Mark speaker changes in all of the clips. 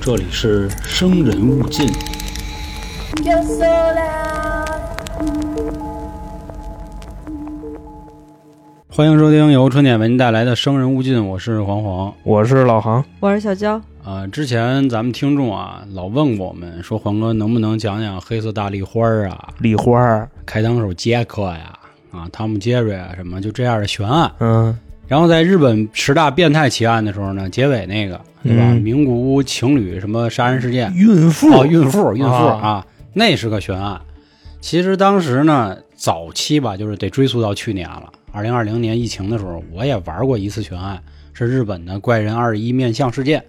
Speaker 1: 这里是《生人勿进》。
Speaker 2: Yo sola,
Speaker 1: 欢迎收听由春点为您带来的《生人勿进》，我是黄黄。
Speaker 3: 我是老航，
Speaker 4: 我是小娇，
Speaker 1: 啊、之前咱们听众啊老问过我们说，黄哥能不能讲讲黑色大丽花儿啊、
Speaker 3: 李花儿，
Speaker 1: 开膛手杰克呀、啊、汤姆杰瑞啊什么就这样的悬案？
Speaker 3: 嗯，
Speaker 1: 然后在日本十大变态奇案的时候呢，结尾那个对吧？
Speaker 3: 嗯
Speaker 1: 名古屋情侣什么杀人事件，
Speaker 3: 孕妇
Speaker 1: 哦，孕妇，孕妇
Speaker 3: 啊
Speaker 1: 啊，那是个悬案。其实当时呢，早期吧，就是得追溯到去年了，二零二零年疫情的时候，我也玩过一次悬案，是日本的怪人二一面相事件。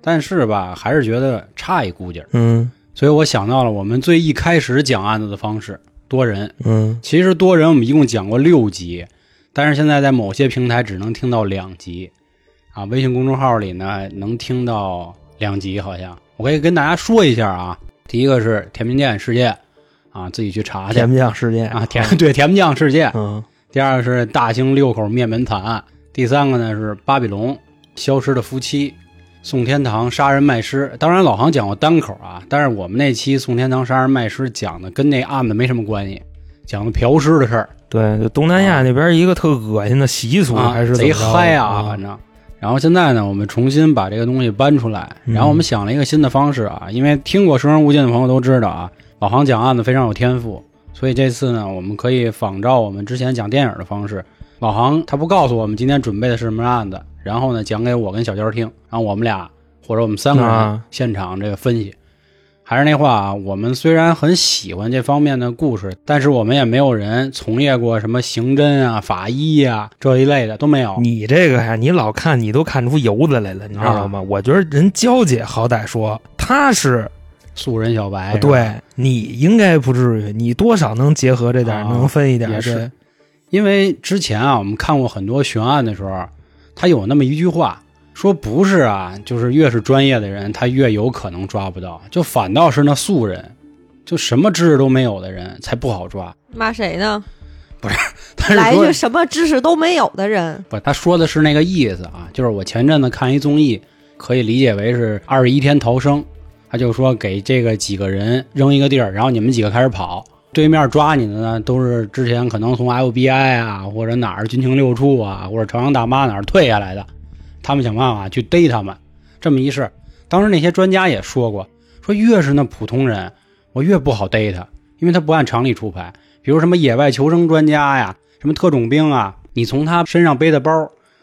Speaker 1: 但是吧，还是觉得差一股劲儿，
Speaker 3: 嗯
Speaker 1: 所以我想到了我们最一开始讲案子的方式，多人。
Speaker 3: 嗯，
Speaker 1: 其实多人我们一共讲过六集，但是现在在某些平台只能听到两集，啊，微信公众号里呢能听到两集，好像我可以跟大家说一下啊。第一个是甜面酱事件，啊，自己去查去
Speaker 3: 甜面酱事件
Speaker 1: 啊，甜对甜面酱事件。
Speaker 3: 嗯
Speaker 1: 第二个是大兴六口灭门惨案，第三个呢是巴比龙消失的夫妻，宋天堂杀人卖尸。当然老航讲过单口啊，但是我们那期宋天堂杀人卖尸讲的跟那案子没什么关系，讲的嫖尸的事儿
Speaker 3: 对，就东南亚那边一个特恶心的习俗，
Speaker 1: 啊，
Speaker 3: 还是怎
Speaker 1: 贼
Speaker 3: 么着
Speaker 1: 嗨啊，反正。然后现在呢，我们重新把这个东西搬出来，
Speaker 3: 嗯
Speaker 1: 然后我们想了一个新的方式啊，因为听过《生人勿近》的朋友都知道啊，老航讲案子非常有天赋，所以这次呢，我们可以仿照我们之前讲电影的方式，老航他不告诉我们今天准备的是什么案子，然后呢讲给我跟小娇听，然后我们俩或者我们三个人
Speaker 3: 啊
Speaker 1: 现场这个分析。还是那话啊，我们虽然很喜欢这方面的故事，但是我们也没有人从业过什么刑侦啊、法医啊这一类的都没有。
Speaker 3: 你这个呀，你老看你都看出油子来了，你知道
Speaker 1: 哎
Speaker 3: 吗？我觉得人娇姐好歹说她是
Speaker 1: 素人小白，是吧
Speaker 3: 啊对，你应该不至于，你多少能结合这点儿，
Speaker 1: 啊
Speaker 3: 能分一点儿，
Speaker 1: 也是
Speaker 3: 对，
Speaker 1: 因为之前啊，我们看过很多悬案的时候，他有那么一句话说，不是啊，就是越是专业的人，他越有可能抓不到，就反倒是那素人，就什么知识都没有的人才不好抓。
Speaker 4: 骂谁呢？
Speaker 1: 他
Speaker 4: 来
Speaker 1: 是
Speaker 4: 一
Speaker 1: 说
Speaker 4: 句什么知识都没有的人，
Speaker 1: 不，他说的是那个意思啊，就是我前阵子看一综艺，可以理解为是二十一天逃生，他就说给这个几个人扔一个地儿，然后你们几个开始跑，对面抓你的呢都是之前可能从 FBI 啊或者哪儿军情六处啊或者朝阳大妈哪儿退下来的，他们想办法去逮他们，这么一试，当时那些专家也说过，说越是那普通人，我越不好逮他，因为他不按常理出牌。比如什么野外求生专家呀，什么特种兵啊，你从他身上背的包、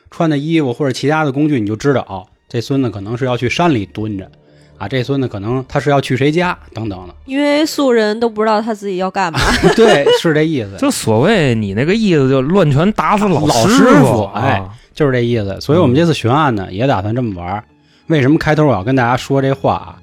Speaker 1: 穿的衣服或者其他的工具，你就知道啊、这孙子可能是要去山里蹲着，啊，这孙子可能他是要去谁家等等的。
Speaker 4: 因为素人都不知道他自己要干嘛。
Speaker 1: 对，是这意思，
Speaker 3: 就所谓你那个意思，就乱拳打死老
Speaker 1: 老
Speaker 3: 师
Speaker 1: 师傅
Speaker 3: 傅，
Speaker 1: 哎
Speaker 3: 啊，
Speaker 1: 就是这意思。所以我们这次悬案呢，也打算这么玩儿。为什么开头我要跟大家说这话啊？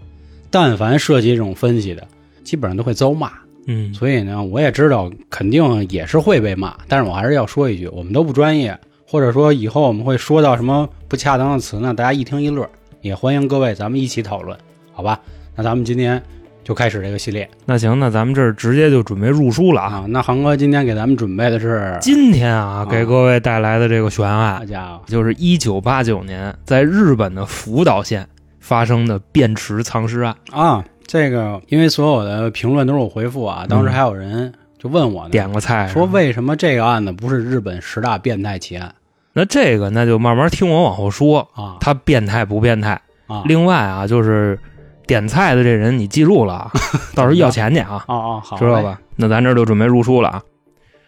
Speaker 1: 但凡涉及这种分析的，基本上都会遭骂。
Speaker 3: 嗯，
Speaker 1: 所以呢，我也知道肯定也是会被骂，但是我还是要说一句，我们都不专业，或者说以后我们会说到什么不恰当的词呢，大家一听一乐，也欢迎各位咱们一起讨论，好吧？那咱们今天就开始这个系列
Speaker 3: 那行，那咱们这儿直接就准备入书了啊。
Speaker 1: 啊。那航哥今天给咱们准备的是，
Speaker 3: 今天啊，
Speaker 1: 啊
Speaker 3: 给各位带来的这个悬
Speaker 1: 好
Speaker 3: 案，
Speaker 1: 家伙，啊
Speaker 3: 就是一九八九年在日本的福岛县发生的便池藏尸案，
Speaker 1: 啊，这个因为所有的评论都是我回复啊，当时还有人就问我呢，
Speaker 3: 嗯点个菜。
Speaker 1: 说，为什么这个案子不是日本十大变态奇案
Speaker 3: 那这个那就慢慢听我往后说，
Speaker 1: 啊
Speaker 3: 他变态不变态？
Speaker 1: 啊
Speaker 3: 另外啊，就是点菜的这人你记住 了啊，到时候要钱去啊。
Speaker 1: 哦哦，好嘞，
Speaker 3: 知道吧？那咱这儿就准备入书了啊。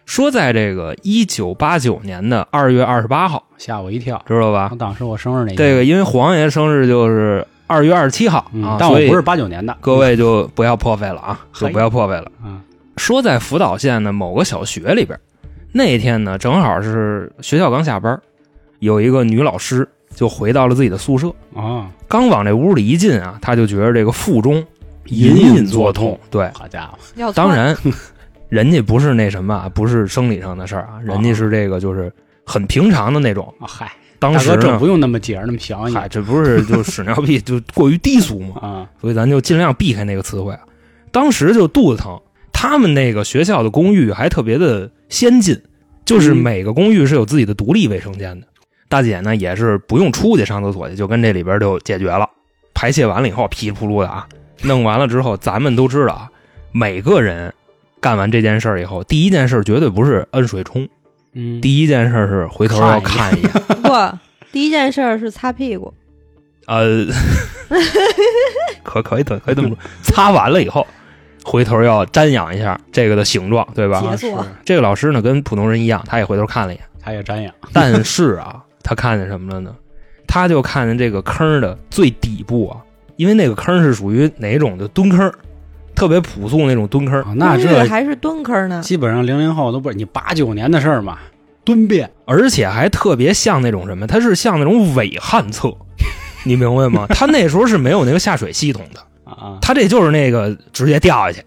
Speaker 3: 说在这个一九八九年的二月二十八号，
Speaker 1: 吓我一跳，
Speaker 3: 知道吧？
Speaker 1: 当时我生日那天。
Speaker 3: 这个因为黄爷生日就是二月二十七号
Speaker 1: 嗯
Speaker 3: 啊，
Speaker 1: 但我
Speaker 3: 所以
Speaker 1: 不是八九年的。
Speaker 3: 各位就不要破费了啊，就
Speaker 1: 嘿
Speaker 3: 不要破费了。
Speaker 1: 嗯，
Speaker 3: 说在福岛县的某个小学里边，那天呢正好是学校刚下班，有一个女老师就回到了自己的宿舍，
Speaker 1: 啊哦，
Speaker 3: 刚往这屋里一进啊，她就觉得这个腹中
Speaker 1: 隐
Speaker 3: 隐
Speaker 1: 哦隐作
Speaker 3: 作
Speaker 1: 痛
Speaker 3: 痛，对，
Speaker 1: 好家伙，
Speaker 4: 要
Speaker 3: 当然，人家不是那什么啊，不是生理上的事儿啊，人家是这个就是很平常的那种。
Speaker 1: 啊嗨，
Speaker 3: 当
Speaker 1: 大
Speaker 3: 时
Speaker 1: 哥这
Speaker 3: 呢，
Speaker 1: 不用那么解释那么详细
Speaker 3: 嗨，这不是就屎尿屁就过于低俗嘛，
Speaker 1: 啊
Speaker 3: 所以咱就尽量避开那个词汇啊。当时就肚子疼，他们那个学校的公寓还特别的先进，就是
Speaker 1: 嗯
Speaker 3: 每个公寓是有自己的独立卫生间的。大姐呢也是不用出去上厕所去，就跟这里边就解决了。排泄完了以后，噼里扑噜的啊，弄完了之后，咱们都知道啊，每个人干完这件事儿以后，第一件事绝对不是摁水冲，
Speaker 1: 嗯，
Speaker 3: 第一件事是回头要看一眼。
Speaker 4: 不，第一件事儿是擦屁股，
Speaker 3: 呃， 可可以等可以这么说，擦完了以后，回头要瞻仰一下这个的形状，对吧？
Speaker 4: 结
Speaker 1: 啊
Speaker 4: 束
Speaker 1: 是
Speaker 3: 这个老师呢，跟普通人一样，他也回头看了一 眼，
Speaker 1: 他也瞻仰，
Speaker 3: 但是啊，他看见什么了呢？他就看见这个坑的最底部啊，因为那个坑是属于哪种就蹲坑，特别朴素那种蹲坑，
Speaker 1: 啊那
Speaker 4: 蹲着
Speaker 1: 这
Speaker 4: 还是蹲 坑呢？
Speaker 1: 基本上零零后都不是你八九年的事儿嘛，蹲便
Speaker 3: 而且还特别像那种什么，它是像那种伪旱厕，你明白吗？他那时候是没有那个下水系统的，
Speaker 1: 啊，
Speaker 3: 他这就是那个直接掉下去，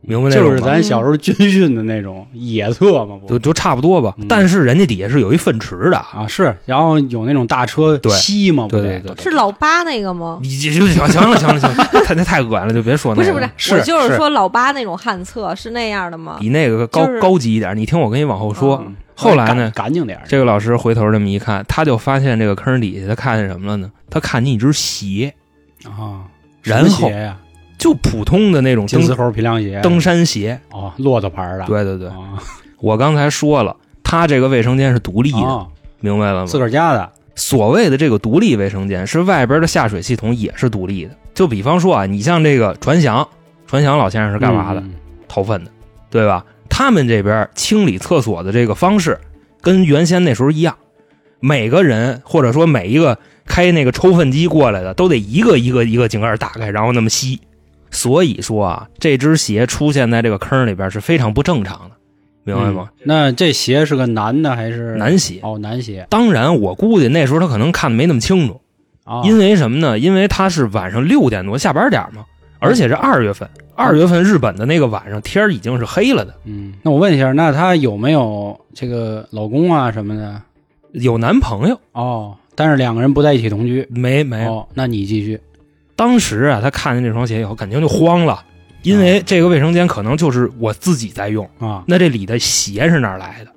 Speaker 3: 明白那
Speaker 1: 就
Speaker 3: 种
Speaker 1: 是
Speaker 3: 吗？
Speaker 1: 咱小时候军训的那种野厕嘛，不
Speaker 3: 就就差不多吧
Speaker 1: 嗯。
Speaker 3: 但是人家底下是有一粪池的啊，
Speaker 1: 啊是，然后有那种大车
Speaker 3: 对
Speaker 1: 吸嘛，不
Speaker 3: 对对
Speaker 1: 得
Speaker 3: 对
Speaker 4: 是老八那个吗？
Speaker 3: 你就就行行了行了行了，太太太恶心了，就别说那
Speaker 4: 不
Speaker 3: 个
Speaker 4: 是
Speaker 3: 了
Speaker 4: 不是，
Speaker 1: 是
Speaker 4: 我就是说老八那种旱厕是那样的吗？
Speaker 3: 比那个高
Speaker 4: 就是
Speaker 3: 高级一点。你听我跟你往后说，
Speaker 1: 嗯
Speaker 3: 后来呢
Speaker 1: 干干净点儿，
Speaker 3: 这个老师回头这么一看，他就发现这个坑底下他看见什么了呢？他看见一只鞋，
Speaker 1: 啊，
Speaker 3: 然
Speaker 1: 什么
Speaker 3: 后
Speaker 1: 鞋呀，
Speaker 3: 就普通的那种
Speaker 1: 金丝
Speaker 3: 登
Speaker 1: 猴皮凉鞋，
Speaker 3: 登山鞋。
Speaker 1: 哦，骆驼牌儿的，
Speaker 3: 对对对，
Speaker 1: 啊
Speaker 3: 我刚才说了，他这个卫生间是独立的，
Speaker 1: 哦
Speaker 3: 明白了吗
Speaker 1: 自？个儿家的，
Speaker 3: 所谓的这个独立卫生间，是外边的下水系统也是独立的。就比方说啊，你像这个传祥，传祥老先生是干嘛的？
Speaker 1: 嗯？
Speaker 3: 掏粪的，对吧？他们这边清理厕所的这个方式，跟原先那时候一样，每个人或者说每一个开那个抽粪机过来的，都得一个一个一个井盖打开，然后那么吸。所以说啊，这只鞋出现在这个坑里边是非常不正常的，明白吗？
Speaker 1: 嗯那这鞋是个男的还是
Speaker 3: 男鞋。
Speaker 1: 哦，男鞋
Speaker 3: 当然，我估计那时候他可能看的没那么清楚，
Speaker 1: 啊，
Speaker 3: 因为什么呢？因为他是晚上六点多下班点儿嘛，而且是二月份，二月份日本的那个晚上天儿已经是黑了的。
Speaker 1: 嗯，那我问一下，那她有没有这个老公啊什么的？
Speaker 3: 有男朋友
Speaker 1: 哦，但是两个人不在一起同居。
Speaker 3: 没？没有。
Speaker 1: 哦，那你继续。
Speaker 3: 当时啊，他看见这双鞋以后，肯定就慌了，因
Speaker 1: 哦
Speaker 3: 为这个卫生间可能就是我自己在用，
Speaker 1: 啊，
Speaker 3: 那这里的鞋是哪儿来的？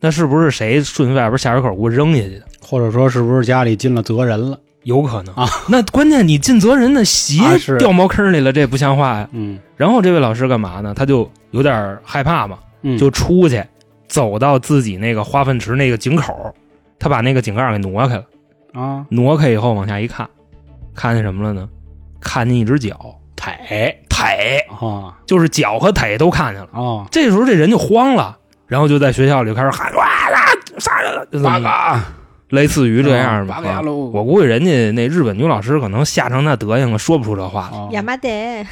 Speaker 3: 那是不是谁顺外边下水口给我扔下去的？
Speaker 1: 或者说是不是家里进了责人了？
Speaker 3: 有可能
Speaker 1: 啊。
Speaker 3: 那关键你尽责人的鞋
Speaker 1: 啊是
Speaker 3: 掉茅坑里了，这不像话呀。
Speaker 1: 嗯
Speaker 3: 然后这位老师干嘛呢？他就有点害怕嘛，
Speaker 1: 嗯，
Speaker 3: 就出去，走到自己那个花粪池那个井口，他把那个井盖给挪开了。
Speaker 1: 啊，
Speaker 3: 挪开以后往下一看，看见什么了呢？看见一只脚，
Speaker 1: 腿
Speaker 3: 腿，
Speaker 1: 啊
Speaker 3: 就是脚和腿都看见了。
Speaker 1: 哦，
Speaker 3: 这时候这人就慌了，然后就在学校里开始喊哇啦杀人了，就这么
Speaker 1: 八嘎，
Speaker 3: 类似于这样吧啊
Speaker 1: 八。嘎喽！
Speaker 3: 我估计人家那日本女老师可能吓成那德行了，说不出这话了，
Speaker 1: 哦
Speaker 4: 亚麻得，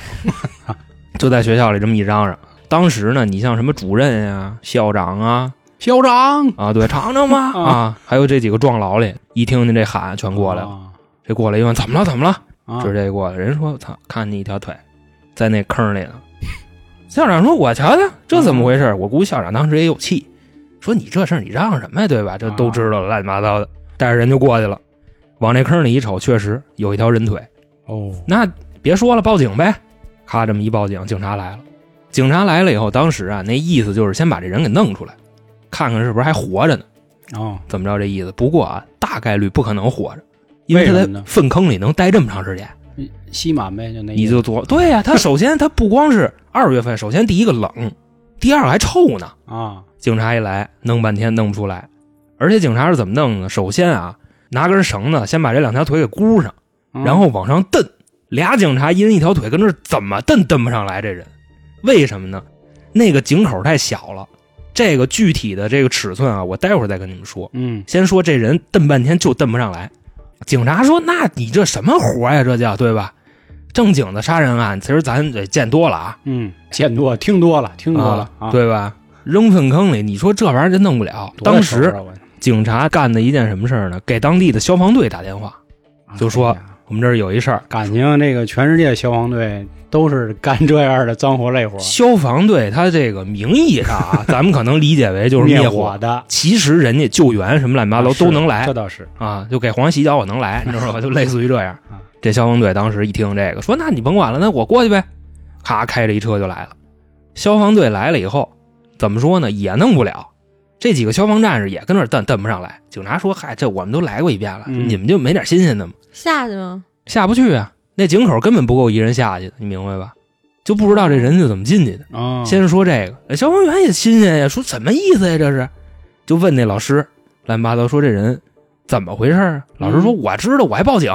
Speaker 3: 就在学校里这么一嚷嚷。当时呢，你像什么主任呀、校长啊，
Speaker 1: 校长
Speaker 3: 啊，对，尝尝吧，
Speaker 1: 啊
Speaker 3: 啊，还有这几个壮劳力，一听见这喊，全过来了。
Speaker 1: 了
Speaker 3: 这过来一问，怎么了？怎么了？
Speaker 1: 哦啊，
Speaker 3: 就这过来，人说，操，看你一条腿在那坑里呢。 校长说：“我瞧瞧，这怎么回事？”我估计校长当时也有气，说：“你这事儿你嚷嚷什么呀？对吧？这
Speaker 1: 啊
Speaker 3: 都知道了，乱七八糟的。”带着人就过去了，往那坑里一瞅，确实有一条人腿。
Speaker 1: 哦，
Speaker 3: 那别说了，报警呗！咔，这么一报警，警察来了。警察来了以后，当时啊，那意思就是先把这人给弄出来，看看是不是还活着呢。
Speaker 1: 哦，
Speaker 3: 怎么着这意思？不过啊，大概率不可能活着，因为他
Speaker 1: 为
Speaker 3: 在
Speaker 1: 什么呢
Speaker 3: 粪坑里能待这么长时间。
Speaker 1: 吸满呗，就那意
Speaker 3: 你
Speaker 1: 思
Speaker 3: 就琢对呀、他首先他不光是二月份，首先第一个冷，第二个还臭呢。
Speaker 1: 啊，
Speaker 3: 警察一来，弄半天弄不出来，而且警察是怎么弄呢？首先啊，拿根绳子先把这两条腿给箍上，
Speaker 1: 嗯
Speaker 3: 然后往上蹬，俩警察一人一条腿，跟这儿怎么蹬蹬不上来这人，为什么呢？那个井口太小了，这个具体的这个尺寸啊，我待会儿再跟你们说。
Speaker 1: 嗯
Speaker 3: 先说这人蹬半天就蹬不上来。警察说：“那你这什么活呀、这叫对吧？正经的杀人案，其实咱也见多了啊，
Speaker 1: 嗯，见多了听多了，听多了啊，
Speaker 3: 对吧？扔粪坑里，你说这玩意儿真弄不了。
Speaker 1: 多
Speaker 3: 当
Speaker 1: 大手指
Speaker 3: 时
Speaker 1: 啊，我
Speaker 3: 警察干的一件什么事儿呢？给当地的消防队打电话，就说
Speaker 1: 哎呀
Speaker 3: 我们这儿有一事儿。
Speaker 1: 感情这个全世界消防队都是干这样的脏活累活，
Speaker 3: 消防队他这个名义上啊，咱们可能理解为就是
Speaker 1: 灭
Speaker 3: 灭
Speaker 1: 火
Speaker 3: 火，
Speaker 1: 的，啊
Speaker 3: 其实人家救援什么乱七八糟
Speaker 1: 是
Speaker 3: 都能来
Speaker 1: 这。倒是
Speaker 3: 啊，就给皇上洗脚我能来，你知 道吧？就类似于这样
Speaker 1: 啊。
Speaker 3: 这消防队当时一听这个，说那你甭管了，那我过去呗，咔开着一车就来了。消防队来了以后，怎么说呢？也弄不了。这几个消防战士也跟那儿蹬蹬不上来。警察说：“嗨，这我们都来过一遍了，
Speaker 1: 嗯
Speaker 3: 你们就没点新鲜的吗？
Speaker 4: 下去吗？
Speaker 3: 下不去啊，那井口根本不够一人下去的，你明白吧？就不知道这人是怎么进去的。
Speaker 1: 啊，
Speaker 3: 先说这个，哎消防员也新鲜呀，说什么意思呀？这是，就问那老师，乱七八糟说这人怎么回事啊？老师说
Speaker 1: 嗯
Speaker 3: 我知道，我还报警，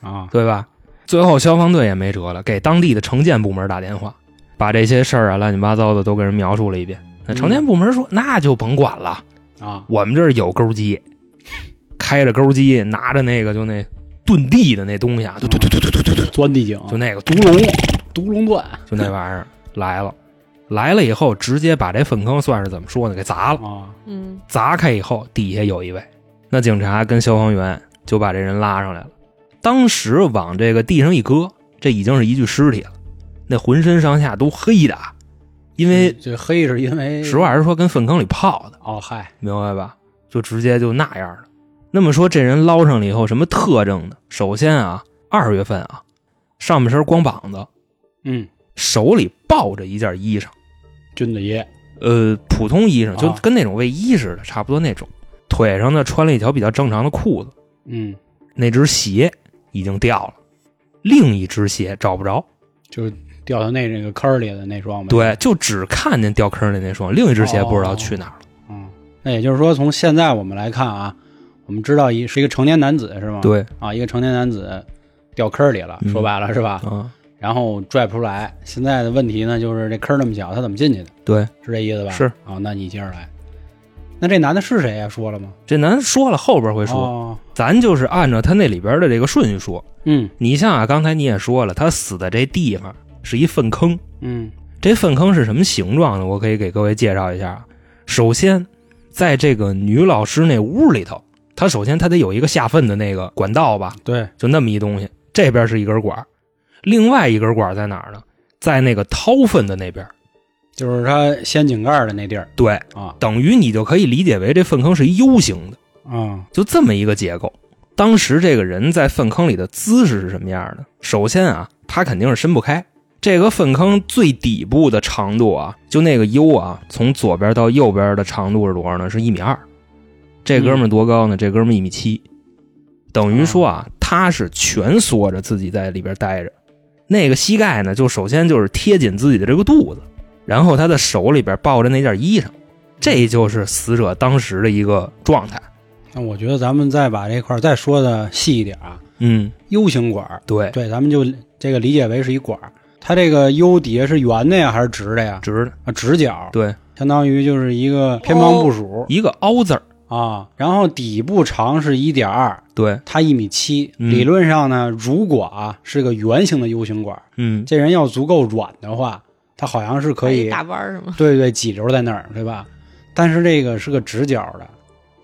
Speaker 1: 啊，
Speaker 3: 对吧？最后消防队也没辙了，给当地的城建部门打电话，把这些事儿啊乱七八糟的都给人描述了一遍。那城建部门说，那就甭管了，
Speaker 1: 啊，
Speaker 3: 我们这儿有钩机，开着钩机，拿着那个就那遁地的那东西啊，
Speaker 1: 嗯
Speaker 3: 就
Speaker 1: 钻地井，
Speaker 3: 就那个
Speaker 1: 独龙，独龙钻
Speaker 3: 就那玩意儿来了，来了以后直接把这粪坑算是怎么说呢，给砸了，
Speaker 1: 啊，
Speaker 4: 嗯，
Speaker 3: 砸开以后底下有一位，那警察跟消防员就把这人拉上来了，当时往这个地上一搁，这已经是一具尸体了，那浑身上下都黑的啊，因为
Speaker 1: 这黑是因为
Speaker 3: 实话实说跟粪坑里泡的，
Speaker 1: 哦，嗨，
Speaker 3: 明白吧？就直接就那样了。那么说，这人捞上了以后，什么特征呢？首先啊，二月份啊，上半身光膀子，
Speaker 1: 嗯，
Speaker 3: 手里抱着一件衣裳，
Speaker 1: 军大爷，
Speaker 3: 呃，普通衣裳，就
Speaker 1: 啊
Speaker 3: 跟那种卫衣似的，差不多那种。腿上呢穿了一条比较正常的裤子，
Speaker 1: 嗯，
Speaker 3: 那只鞋已经掉了，另一只鞋找不着。
Speaker 1: 就是掉到那那个坑儿里的那双呗，，
Speaker 3: 对，就只看见掉坑里那双，另一只鞋不知道
Speaker 1: 哦
Speaker 3: 去哪儿了。
Speaker 1: 嗯，那也就是说，从现在我们来看啊，我们知道一是一个成年男子是吗？，
Speaker 3: 对，
Speaker 1: 啊，一个成年男子掉坑儿里了，
Speaker 3: 嗯
Speaker 1: 说白了是吧？
Speaker 3: 啊，
Speaker 1: 然后拽不出来，现在的问题呢，就是这坑儿那么小，他怎么进去的？
Speaker 3: 对，
Speaker 1: 是这意思吧？
Speaker 3: 是
Speaker 1: 啊，那你接着来。那这男的是谁呀、说了吗？
Speaker 3: 这咱说了，后边会说。
Speaker 1: 哦，
Speaker 3: 咱就是按照他那里边的这个顺序说。
Speaker 1: 嗯
Speaker 3: 你像啊，刚才你也说了，他死的这地方是一粪坑。
Speaker 1: 嗯，
Speaker 3: 这粪坑是什么形状呢？我可以给各位介绍一下啊。首先，在这个女老师那屋里头，她首先她得有一个下粪的那个管道吧，
Speaker 1: 对，
Speaker 3: 就那么一东西。这边是一根管儿，另外一根管儿在哪儿呢？在那个掏粪的那边。
Speaker 1: 就是他掀井盖儿的那地儿
Speaker 3: 对，
Speaker 1: 啊
Speaker 3: 等于你就可以理解为这粪坑是一 U 型的，
Speaker 1: 啊
Speaker 3: 就这么一个结构。当时这个人在粪坑里的姿势是什么样的？首先啊，他肯定是伸不开。这个粪坑最底部的长度啊，就那个 U 啊，从左边到右边的长度是多少呢？是一米二。这哥们儿多高呢？这哥们儿一米七，等于说啊，他是蜷缩着自己在里边待着。那个膝盖呢，就首先就是贴紧自己的这个肚子，然后他的手里边抱着那件衣裳，这就是死者当时的一个状态。
Speaker 1: 那我觉得咱们再把这块儿再说的细一点啊
Speaker 3: 嗯，
Speaker 1: ，U 型管儿，
Speaker 3: 对，
Speaker 1: 对，咱们就这个理解为是一管儿。它这个 U 底下是圆的呀，还是直的呀？
Speaker 3: 直的，
Speaker 1: 啊，直角，
Speaker 3: 对，
Speaker 1: 相当于就是一个偏旁
Speaker 3: 哦
Speaker 1: 部署、
Speaker 3: 一个凹字儿，
Speaker 1: 啊。然后底部长是一点二，
Speaker 3: 对，
Speaker 1: 他一米七、
Speaker 3: 嗯
Speaker 1: 理论上呢，如果啊是个圆形的 U 型管儿，
Speaker 3: 嗯，
Speaker 1: 这人要足够软的话，他好像是可以，
Speaker 4: 打弯儿是吗？
Speaker 1: 对对，挤溜在那儿，对吧？但是这个是个直角的，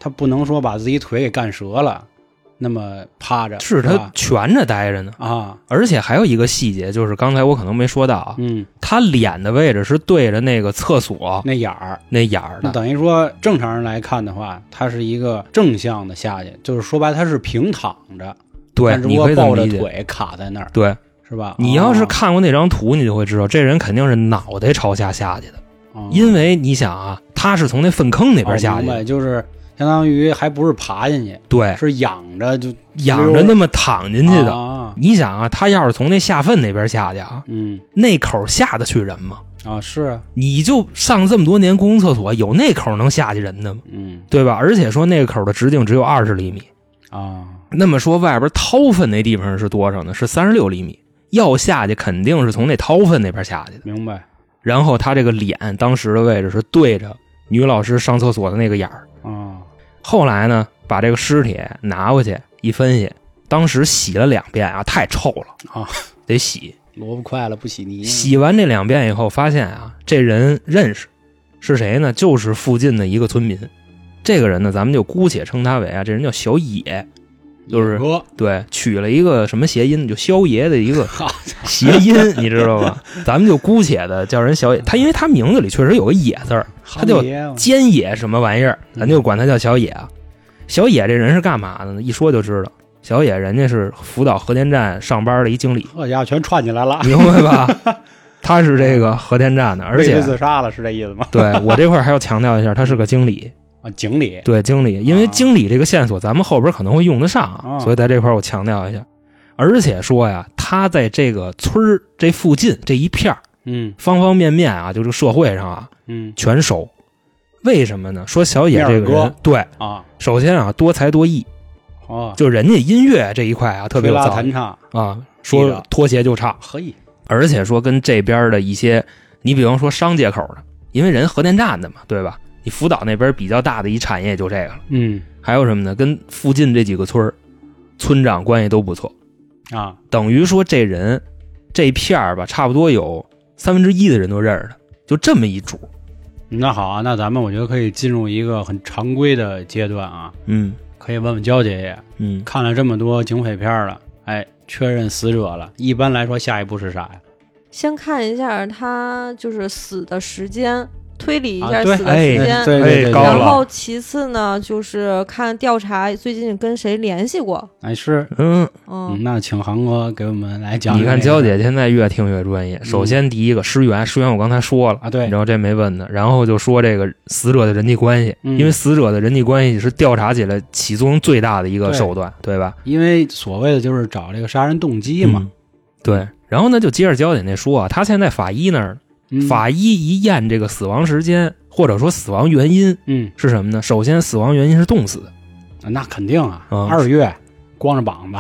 Speaker 1: 他不能说把自己腿给干折了，那么趴着
Speaker 3: 是他
Speaker 1: 吧
Speaker 3: 蜷着待着呢。
Speaker 1: 啊，
Speaker 3: 而且还有一个细节，就是刚才我可能没说到啊，
Speaker 1: 嗯，
Speaker 3: 他脸的位置是对着那个厕所
Speaker 1: 那眼儿，
Speaker 3: 那眼儿
Speaker 1: 那
Speaker 3: 的，
Speaker 1: 等于说正常人来看的话，他是一个正向的下去，就是说白，他是平躺着，
Speaker 3: 对，
Speaker 1: 但如
Speaker 3: 你
Speaker 1: 果
Speaker 3: 可以这么
Speaker 1: 抱着
Speaker 3: 理解。
Speaker 1: 腿哦卡在那儿，
Speaker 3: 对
Speaker 1: 是吧？
Speaker 3: 你要是
Speaker 1: 哦，
Speaker 3: 看过那张图，你就会知道，这人肯定是脑袋朝下下去的，
Speaker 1: 哦
Speaker 3: 因为你想啊，他是从那粪坑那边
Speaker 1: 哦
Speaker 3: 下去
Speaker 1: 明
Speaker 3: 的，
Speaker 1: 白，就是相当于还不是爬进去，
Speaker 3: 对，
Speaker 1: 是仰着就
Speaker 3: 仰着那么躺哎进去的。
Speaker 1: 啊、
Speaker 3: 你想啊，他要是从那下粪那边下去啊，
Speaker 1: 嗯
Speaker 3: 那口下得去人吗？
Speaker 1: 啊是啊，
Speaker 3: 你就上这么多年公共厕所，有那口能下去人的吗？
Speaker 1: 嗯
Speaker 3: 对吧？而且说那个口的直径只有二十厘米，
Speaker 1: 啊
Speaker 3: 那么说外边掏粪那地方是多少呢？是三十六厘米。要下去肯定是从那掏粪那边下去的。
Speaker 1: 明白
Speaker 3: 然后他这个脸当时的位置是对着女老师上厕所的那个眼儿。
Speaker 1: 啊
Speaker 3: 后来呢，把这个尸体拿回去一分析，当时洗了两遍啊，太臭了
Speaker 1: 啊，
Speaker 3: 得洗。
Speaker 1: 萝卜快了不洗泥，
Speaker 3: 洗完这两遍以后，发现啊，这人认识是谁呢？就是附近的一个村民。这个人呢，咱们就姑且称他为啊，这人叫小野，就是
Speaker 1: 哥
Speaker 3: 对，取了一个什么谐音，就萧爷的一个
Speaker 1: 好
Speaker 3: 谐音，你知道吧？咱们就姑且的叫人小野，他因为他名字里确实有个野字儿，他就尖野什么玩意儿，咱就管他叫小野啊。小野这人是干嘛的呢？一说就知道，小野人家是福岛核电站上班的一经理，
Speaker 1: 好家伙哦全串起来 了，
Speaker 3: 明白吧？他是这个核电站的，而
Speaker 1: 被
Speaker 3: 且
Speaker 1: 人自杀了是这意思吗？
Speaker 3: 对我这块儿还要强调一下，他是个经理，
Speaker 1: 啊，经理
Speaker 3: 对经理，因为
Speaker 1: 啊
Speaker 3: 经理这个线索咱们后边可能会用得上啊
Speaker 1: 啊
Speaker 3: 所以在这块儿我强调一下。而且说呀，他在这个村儿这附近这一片儿
Speaker 1: 嗯
Speaker 3: 方方面面啊，就这个社会上啊
Speaker 1: 嗯
Speaker 3: 全熟。为什么呢？说小野这个
Speaker 1: 面儿
Speaker 3: 人
Speaker 1: 哥，
Speaker 3: 对，
Speaker 1: 啊
Speaker 3: 首先啊多才多艺，
Speaker 1: 哦，
Speaker 3: 就人家音乐这一块啊特别
Speaker 1: 吹
Speaker 3: 有
Speaker 1: 拉
Speaker 3: 造
Speaker 1: 弹唱
Speaker 3: 诣啊，
Speaker 1: 地
Speaker 3: 说
Speaker 1: 道
Speaker 3: 脱鞋就唱，
Speaker 1: 可以，
Speaker 3: 而且说跟这边的一些，你比方说商界口的，因为人核电站的嘛，对吧？你福岛那边比较大的一产业就这个了，
Speaker 1: 嗯
Speaker 3: 还有什么呢？跟附近这几个村儿村长关系都不错，
Speaker 1: 啊
Speaker 3: 等于说这人这片儿吧，差不多有三分之一的人都认识他，就这么一主。
Speaker 1: 那好啊，那咱们我觉得可以进入一个很常规的阶段啊，
Speaker 3: 嗯
Speaker 1: 可以问问焦姐姐，
Speaker 3: 嗯，
Speaker 1: 看了这么多警匪片了，哎，确认死者了，一般来说下一步是啥呀？
Speaker 4: 先看一下他就是死的时间，推理一
Speaker 1: 啊
Speaker 4: 下
Speaker 1: 对
Speaker 4: 死的时间。
Speaker 1: 哎对对对，
Speaker 3: 高
Speaker 4: 然
Speaker 3: 了
Speaker 4: 后其次呢，就是看调查最近跟谁联系过。
Speaker 1: 哎是，
Speaker 3: 嗯，
Speaker 1: 嗯
Speaker 4: 嗯，
Speaker 1: 那请韩哥给我们来讲讲这
Speaker 3: 你
Speaker 1: 个。
Speaker 3: 看娇姐现在越听越专业。首先第一个尸源，尸源我刚才说了
Speaker 1: 啊对
Speaker 3: 你知道这没问的。然后就说这个死者的人际关系，
Speaker 1: 嗯
Speaker 3: 因为死者的人际关系是调查起来起作用最大的一个手段，对吧？
Speaker 1: 因为所谓的就是找这个杀人动机嘛
Speaker 3: 嗯，对。然后呢，就接着焦姐那说啊，他现在法医那儿，
Speaker 1: 嗯
Speaker 3: 法医一验这个死亡时间或者说死亡原因
Speaker 1: 嗯，
Speaker 3: 是什么呢？首先，死亡原因是冻死。
Speaker 1: 那肯定啊，
Speaker 3: 啊
Speaker 1: 二月光着膀子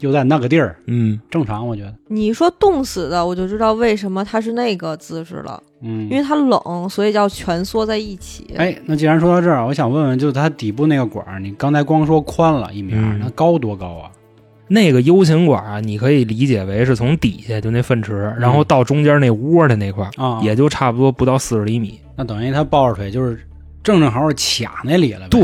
Speaker 1: 又在那个地儿，
Speaker 3: 嗯，
Speaker 1: 正常我觉得，
Speaker 4: 你说冻死的，我就知道为什么他是那个姿势了，
Speaker 1: 嗯，
Speaker 4: 因为他冷，所以叫蜷缩在一起。
Speaker 1: 哎，那既然说到这儿，我想问问，就是它底部那个管儿，你刚才光说宽了一米二、
Speaker 3: 嗯
Speaker 1: 那高多高啊？
Speaker 3: 那个 U 型管啊，你可以理解为是从底下就那粪池，然后到中间那窝的那块儿，
Speaker 1: 嗯啊，
Speaker 3: 也就差不多不到四十厘米。
Speaker 1: 那等于他抱着腿就是正正好是卡那里了呗。
Speaker 3: 对，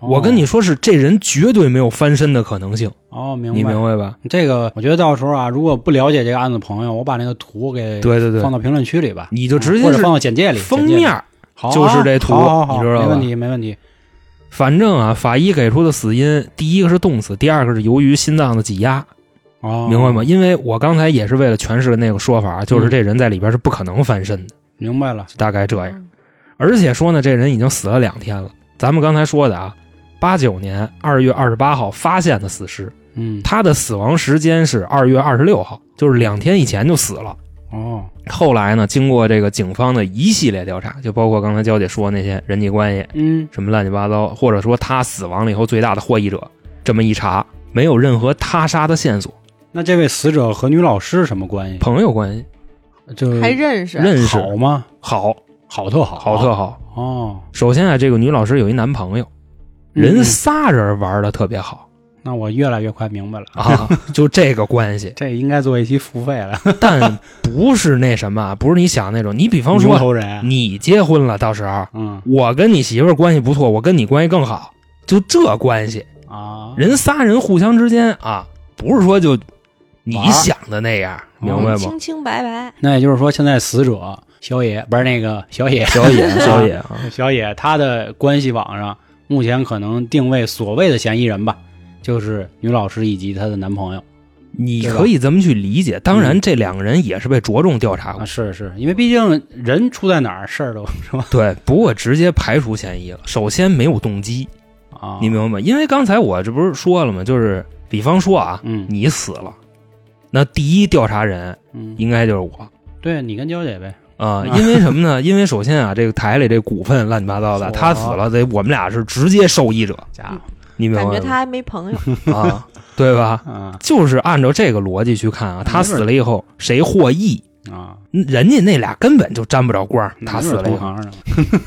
Speaker 1: 哦
Speaker 3: 我跟你说是，这人绝对没有翻身的可能性，
Speaker 1: 哦，明白。
Speaker 3: 你明白吧？
Speaker 1: 这个，我觉得到时候啊，如果不了解这个案子的朋友，我把那个图给
Speaker 3: 对对对
Speaker 1: 放，到评论区里吧，嗯
Speaker 3: 你就直接
Speaker 1: 或者
Speaker 3: 是
Speaker 1: 放到简介里。
Speaker 3: 封
Speaker 1: 简介里
Speaker 3: 面儿，
Speaker 1: 好啊，
Speaker 3: 就是这图
Speaker 1: 好好好
Speaker 3: 你知道吧
Speaker 1: 没问题，没问题。
Speaker 3: 反正啊，法医给出的死因，第一个是冻死，第二个是由于心脏的挤压，
Speaker 1: 哦，
Speaker 3: 明白吗？？因为我刚才也是为了诠释那个说法，啊就是
Speaker 1: 嗯
Speaker 3: 这人在里边是不可能翻身的，
Speaker 1: 明白了。
Speaker 3: 就大概这样。
Speaker 4: 嗯
Speaker 3: 而且说呢，这人已经死了两天了。咱们刚才说的啊，八九年二月二十八号发现的死尸，
Speaker 1: 嗯，
Speaker 3: 他的死亡时间是二月二十六号，就是两天以前就死了。
Speaker 1: 哦，
Speaker 3: 后来呢，经过这个警方的一系列调查，就包括刚才娇姐说那些人际关系
Speaker 1: 嗯，
Speaker 3: 什么乱七八糟，或者说他死亡了以后最大的获益者，这么一查，没有任何他杀的线索，
Speaker 1: 那这位死者和女老师什么关系？
Speaker 3: 朋友关系
Speaker 1: 就是
Speaker 4: 还认
Speaker 3: 嗯
Speaker 4: 识？啊
Speaker 3: 认识
Speaker 1: 好吗？
Speaker 3: 好
Speaker 1: 好特好，啊
Speaker 3: 好特好。
Speaker 1: 哦，
Speaker 3: 首先啊，这个女老师有一男朋友，
Speaker 1: 嗯
Speaker 3: 人
Speaker 1: 嗯
Speaker 3: 仨人玩的特别好
Speaker 1: 那我越来越快明白了，
Speaker 3: 啊，就这个 关系，
Speaker 1: 这应该做一期付费了。
Speaker 3: 但不是那什么，啊不是你想那种。你比方
Speaker 1: 牛
Speaker 3: 说，
Speaker 1: 头人，
Speaker 3: 你结婚了，到时候
Speaker 1: 嗯
Speaker 3: 我跟你媳妇儿关系不错，我跟你关系更好，就这关系。
Speaker 1: 啊，
Speaker 3: 人仨人互相之间啊，不是说就你
Speaker 1: 玩儿
Speaker 3: 想的那样，明白吗？
Speaker 4: 清清白白，
Speaker 1: 那也就是说，现在死者小野不是那个小 野，
Speaker 3: 小野，
Speaker 1: 小
Speaker 3: 野啊，
Speaker 1: 小野他的关系网上目前可能定位所谓的嫌疑人吧，就是女老师以及她的男朋友
Speaker 3: 你
Speaker 1: 对吧
Speaker 3: 可以这么去理解。当然，
Speaker 1: 嗯
Speaker 3: 这两个人也是被着重调查过
Speaker 1: 啊，，是是因为毕竟人出在哪儿事儿都是吧
Speaker 3: 对。不过直接排除嫌疑了。首先没有动机，
Speaker 1: 啊，
Speaker 3: 你明白吗？因为刚才我这不是说了吗？就是比方说啊，
Speaker 1: 嗯
Speaker 3: 你死了，那第一调查人
Speaker 1: 嗯，
Speaker 3: 应该就是我。
Speaker 1: 对你跟娇姐呗，
Speaker 3: 啊，
Speaker 1: 啊
Speaker 3: 因为什么呢？ 因为首先啊，这个台里这股份乱七八糟的，
Speaker 1: 嚯
Speaker 3: 他死了得我们俩是直接受益者，
Speaker 1: 啊家伙，
Speaker 3: 你明白
Speaker 4: 感
Speaker 3: 吗？
Speaker 4: 觉他还没 朋友。
Speaker 3: 啊，对吧？
Speaker 1: 嗯
Speaker 3: 就是按照这个逻辑去看啊，他死了以后谁获益？
Speaker 1: 啊，
Speaker 3: 人家那俩根本就沾不着光儿，
Speaker 1: 没
Speaker 3: 嗯他
Speaker 1: 准
Speaker 3: 死了
Speaker 1: 嗯
Speaker 3: 以
Speaker 1: 同
Speaker 3: 后，
Speaker 1: 行呢，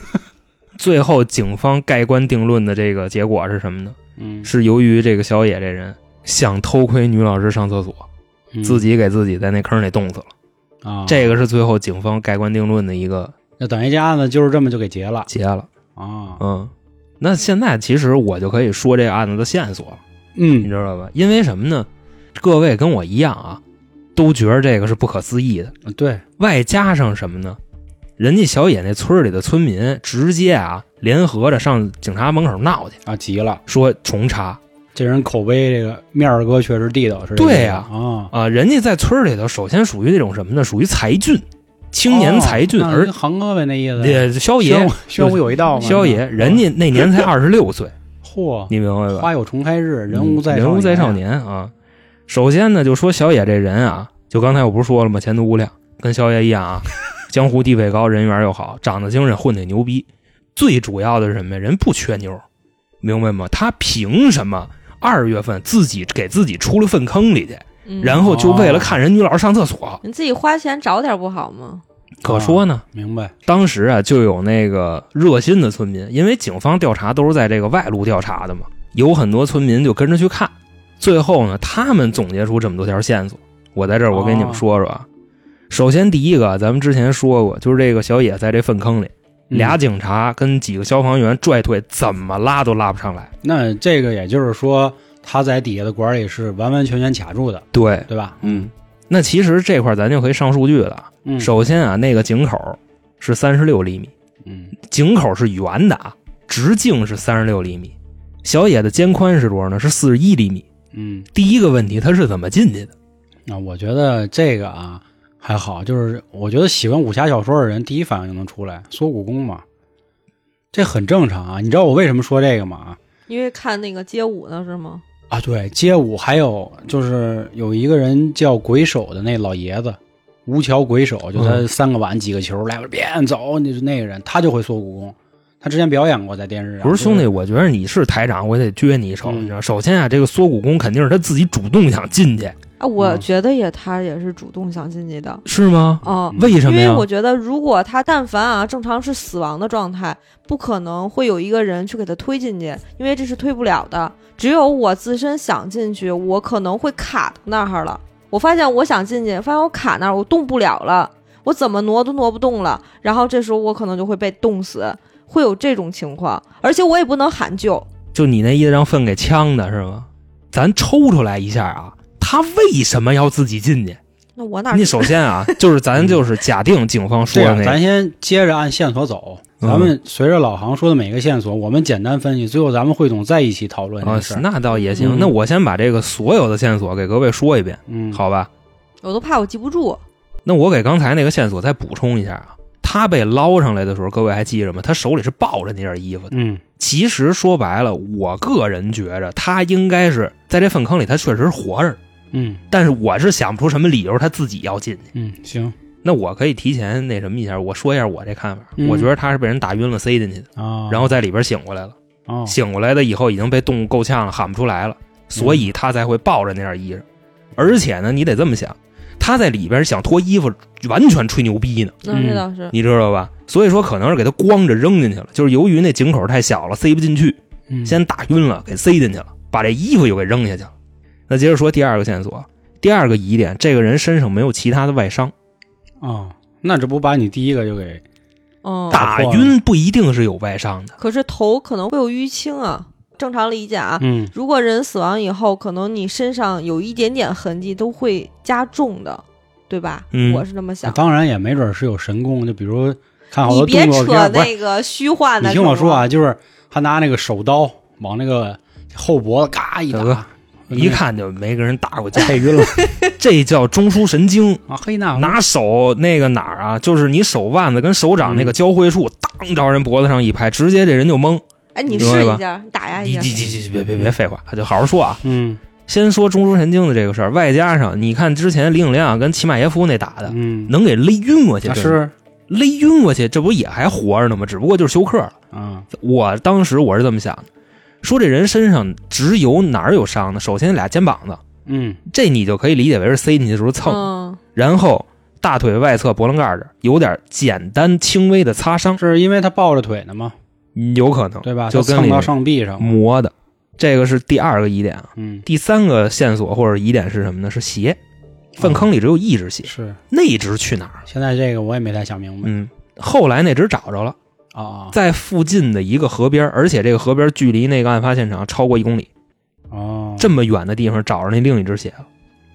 Speaker 3: 最后警方盖棺定论的这个结果是什么呢？
Speaker 1: 嗯，
Speaker 3: 是由于这个小野这人想偷窥女老师上厕所，
Speaker 1: 嗯
Speaker 3: 自己给自己在那坑里冻死了。
Speaker 1: 啊，
Speaker 3: 这个是最后警方盖棺定论的一个
Speaker 1: 那等于这案子就是这么就给结了
Speaker 3: 结了。
Speaker 1: 啊，
Speaker 3: 嗯，那现在其实我就可以说这个案子的线索了，你
Speaker 1: 嗯
Speaker 3: 知道吧？因为什么呢？各位跟我一样啊，都觉得这个是不可思议的。
Speaker 1: 对，
Speaker 3: 外加上什么呢？人家小野那村里的村民直接啊，联合着上警察门口闹去，
Speaker 1: 啊，急了。
Speaker 3: 说重查
Speaker 1: 这人口碑，这个面儿哥确实地道，是这
Speaker 3: 对
Speaker 1: 意思
Speaker 3: 呀
Speaker 1: 啊，
Speaker 3: 啊、人家在村里头首先属于那种什么呢？属于才俊，青年才俊，
Speaker 1: 哦那
Speaker 3: 而
Speaker 1: 跟航哥呗那意思。啊
Speaker 3: 呃萧
Speaker 1: 宣
Speaker 3: 野
Speaker 1: 武宣武有一道嘛，嗯
Speaker 3: 萧野，人家那年才二十六岁，
Speaker 1: 嚯，
Speaker 3: 你明白吧？
Speaker 1: 花有重开日，人
Speaker 3: 嗯
Speaker 1: 无再
Speaker 3: 人无再少
Speaker 1: 少
Speaker 3: 年啊。首先呢，就说小野这人啊，就刚才我不是说了吗？前途无量，跟小野一样啊， 江湖地位高，人缘又好，长得精神，混得牛逼。最主要的是什么呀？人不缺妞，明白吗？他凭什么二月份自己给自己出了粪坑里去，
Speaker 4: 嗯
Speaker 3: 然后就为了看人女老师上厕所？
Speaker 4: 你自己花钱找点不好吗？
Speaker 3: 可说呢，
Speaker 1: 明白？
Speaker 3: 当时啊，就有那个热心的村民，因为警方调查都是在这个外路调查的嘛，有很多村民就跟着去看。最后呢，他们总结出这么多条线索，我在这儿我跟你们说说啊。首先第一个，咱们之前说过，就是这个小野在这粪坑里，
Speaker 1: 嗯
Speaker 3: 俩警察跟几个消防员拽腿，怎么拉都拉不上来。
Speaker 1: 那这个也就是说，他在底下的管里是完完全全卡住的，
Speaker 3: 对，
Speaker 1: 对吧？
Speaker 5: 嗯，
Speaker 3: 那其实这块儿咱就可以上数据了啊。
Speaker 1: 嗯，
Speaker 3: 首先啊，那个井口是三十六厘米，
Speaker 1: 嗯
Speaker 3: 井口是圆的啊，直径是三十六厘米，小野的肩宽是多少呢？是四十一厘米。
Speaker 1: 嗯，
Speaker 3: 第一个问题，他是怎么进去的？
Speaker 1: 那我觉得这个啊还好，就是我觉得喜欢武侠小说的人，第一反应就能出来缩骨功嘛，这很正常啊。你知道我为什么说这个吗？
Speaker 4: 因为看那个街舞呢是吗？
Speaker 1: 啊，对，街舞还有就是有一个人叫鬼手的那老爷子，吴桥鬼手，就他
Speaker 3: 嗯
Speaker 1: 三个碗几个球，来吧，别走，你是那个人，他就会缩骨功，他之前表演过在电视上。
Speaker 3: 不是兄弟，
Speaker 1: 就，
Speaker 3: 我觉得你是台长，我得撅你一手。
Speaker 1: 嗯
Speaker 3: 你知道，首先啊，这个缩骨功肯定是他自己主动想进去，
Speaker 4: 啊，我
Speaker 1: 嗯
Speaker 4: 觉得也他也是主动想进去的
Speaker 3: 是吗？
Speaker 4: 哦。
Speaker 1: 嗯
Speaker 3: 为什
Speaker 4: 因
Speaker 3: 么
Speaker 4: 为
Speaker 3: 呀？
Speaker 4: 我觉得，如果他但凡啊正常是死亡的状态，不可能会有一个人去给他推进去，因为这是推不了的。只有我自身想进去，我可能会卡到那儿了。我发现我想进去，发现我卡那儿，我动不了了，我怎么挪都挪不动了。然后这时候我可能就会被冻死，会有这种情况，而且我也不能喊救。
Speaker 3: 就你那意思让粪给呛的是吗？咱抽出来一下啊，他为什么要自己进去？
Speaker 4: 那我哪
Speaker 3: 你
Speaker 4: 知
Speaker 3: 首先啊，就是咱就是假定警方
Speaker 1: 这
Speaker 3: 说的
Speaker 1: 样，
Speaker 3: 那个，
Speaker 1: 啊咱先接着按线索走，
Speaker 3: 嗯
Speaker 1: 咱们随着老航说的每个线索，我们简单分析，最后咱们汇总在一起讨论这
Speaker 3: 啊
Speaker 1: 个事，儿。
Speaker 3: 那倒也行。
Speaker 1: 嗯
Speaker 3: 那我先把这个所有的线索给各位说一遍，
Speaker 1: 嗯，，
Speaker 3: 好吧？
Speaker 4: 我都怕我记不住。
Speaker 3: 那我给刚才那个线索再补充一下啊，他被捞上来的时候，各位还记着吗？他手里是抱着那件衣服的。
Speaker 1: 嗯
Speaker 3: 其实说白了，我个人觉着他应该是在这粪坑里，他确实是活着，
Speaker 1: 嗯
Speaker 3: 但是我是想不出什么理由他自己要进去。
Speaker 1: 嗯，行
Speaker 3: 那我可以提前那什么一下，我说一下我这看法，
Speaker 1: 嗯
Speaker 3: 我觉得他是被人打晕了塞进去的，
Speaker 1: 啊，
Speaker 3: 然后在里边醒过来了，
Speaker 1: 哦，嗯
Speaker 3: 醒过来的以后已经被冻够呛了，喊不出来了，所以他才会抱着那件衣裳。而且呢，你得这么想，他在里边想脱衣服，完全吹牛逼呢。
Speaker 4: 那
Speaker 1: 嗯
Speaker 4: 这倒是，
Speaker 3: 你知道吧？所以说可能是给他光着扔进去了，就是由于那井口太小了，塞不进去，
Speaker 1: 嗯
Speaker 3: 先打晕了，给塞进去了，把这衣服又给扔下去了。那接着说第二个线索，第二个疑点，这个人身上没有其他的外伤，
Speaker 1: 哦，那这不把你第一个就给哦
Speaker 4: 嗯，
Speaker 3: 打晕不一定是有外伤的。
Speaker 4: 可是头可能会有淤青啊。正常理解啊，
Speaker 1: 嗯
Speaker 4: 如果人死亡以后，可能你身上有一点点痕迹都会加重的，对吧？
Speaker 3: 嗯
Speaker 4: 我是这么想。
Speaker 1: 当然也没准是有神功，就比如看好
Speaker 4: 你
Speaker 1: 多
Speaker 4: 别
Speaker 1: 动作
Speaker 4: 扯
Speaker 1: 片儿，不是
Speaker 4: 那个虚幻的。
Speaker 1: 你听我说
Speaker 4: 是
Speaker 1: 啊，
Speaker 4: 吗，
Speaker 1: 就是他拿那个手刀往那个后脖子嘎一
Speaker 3: 大哥
Speaker 1: 打，嗯
Speaker 3: 一 看就没跟人打过架，
Speaker 1: 配晕了
Speaker 3: 这叫中枢神经。
Speaker 1: 啊！嘿那
Speaker 3: 拿手那个哪儿啊，就是你手腕子跟手掌
Speaker 1: 嗯
Speaker 3: 那个交汇处，当着人脖子上一拍，直接这人就懵。
Speaker 4: 哎，你
Speaker 3: 明白
Speaker 4: 试
Speaker 3: 吧
Speaker 4: 一下，你
Speaker 1: 哎
Speaker 4: 打压一
Speaker 3: 你
Speaker 4: 下。
Speaker 3: 你你你别别别废话，就好好说啊。
Speaker 1: 嗯
Speaker 3: 先说中枢神经的这个事儿，外加上你看之前李永亮啊跟齐马耶夫那打的，
Speaker 1: 嗯，
Speaker 3: 能给勒晕过去，
Speaker 1: 啊
Speaker 3: 这
Speaker 1: 是
Speaker 3: 勒晕过去，这不也还活着呢吗？只不过就是休克了。
Speaker 1: 啊
Speaker 3: 我当时我是这么想的，说这人身上直有哪儿有伤呢？首先俩肩膀子，
Speaker 1: 嗯
Speaker 3: 这你就可以理解为是塞进去的时候蹭，
Speaker 4: 嗯，
Speaker 3: 然后大腿外侧脖棱盖儿这儿有点简单轻微的擦伤，
Speaker 1: 是因为他抱着腿呢嘛，
Speaker 3: 有可能
Speaker 1: 对吧？
Speaker 3: 嗯就
Speaker 1: 他
Speaker 3: 跟
Speaker 1: 蹭
Speaker 3: 里
Speaker 1: 到上臂上了，
Speaker 3: 磨的。这个是第二个疑点啊，
Speaker 1: 嗯
Speaker 3: 第三个线索或者疑点是什么呢？是鞋，粪坑里只有一只鞋。
Speaker 1: 啊是。
Speaker 3: 那只去哪儿了？
Speaker 1: 现在这个我也没太想明白
Speaker 3: 嗯，后来那只找着了，
Speaker 1: 啊
Speaker 3: 在附近的一个河边，而且这个河边距离那个案发现场超过一公里，
Speaker 1: 哦
Speaker 3: 这么远的地方找着那另一只鞋了。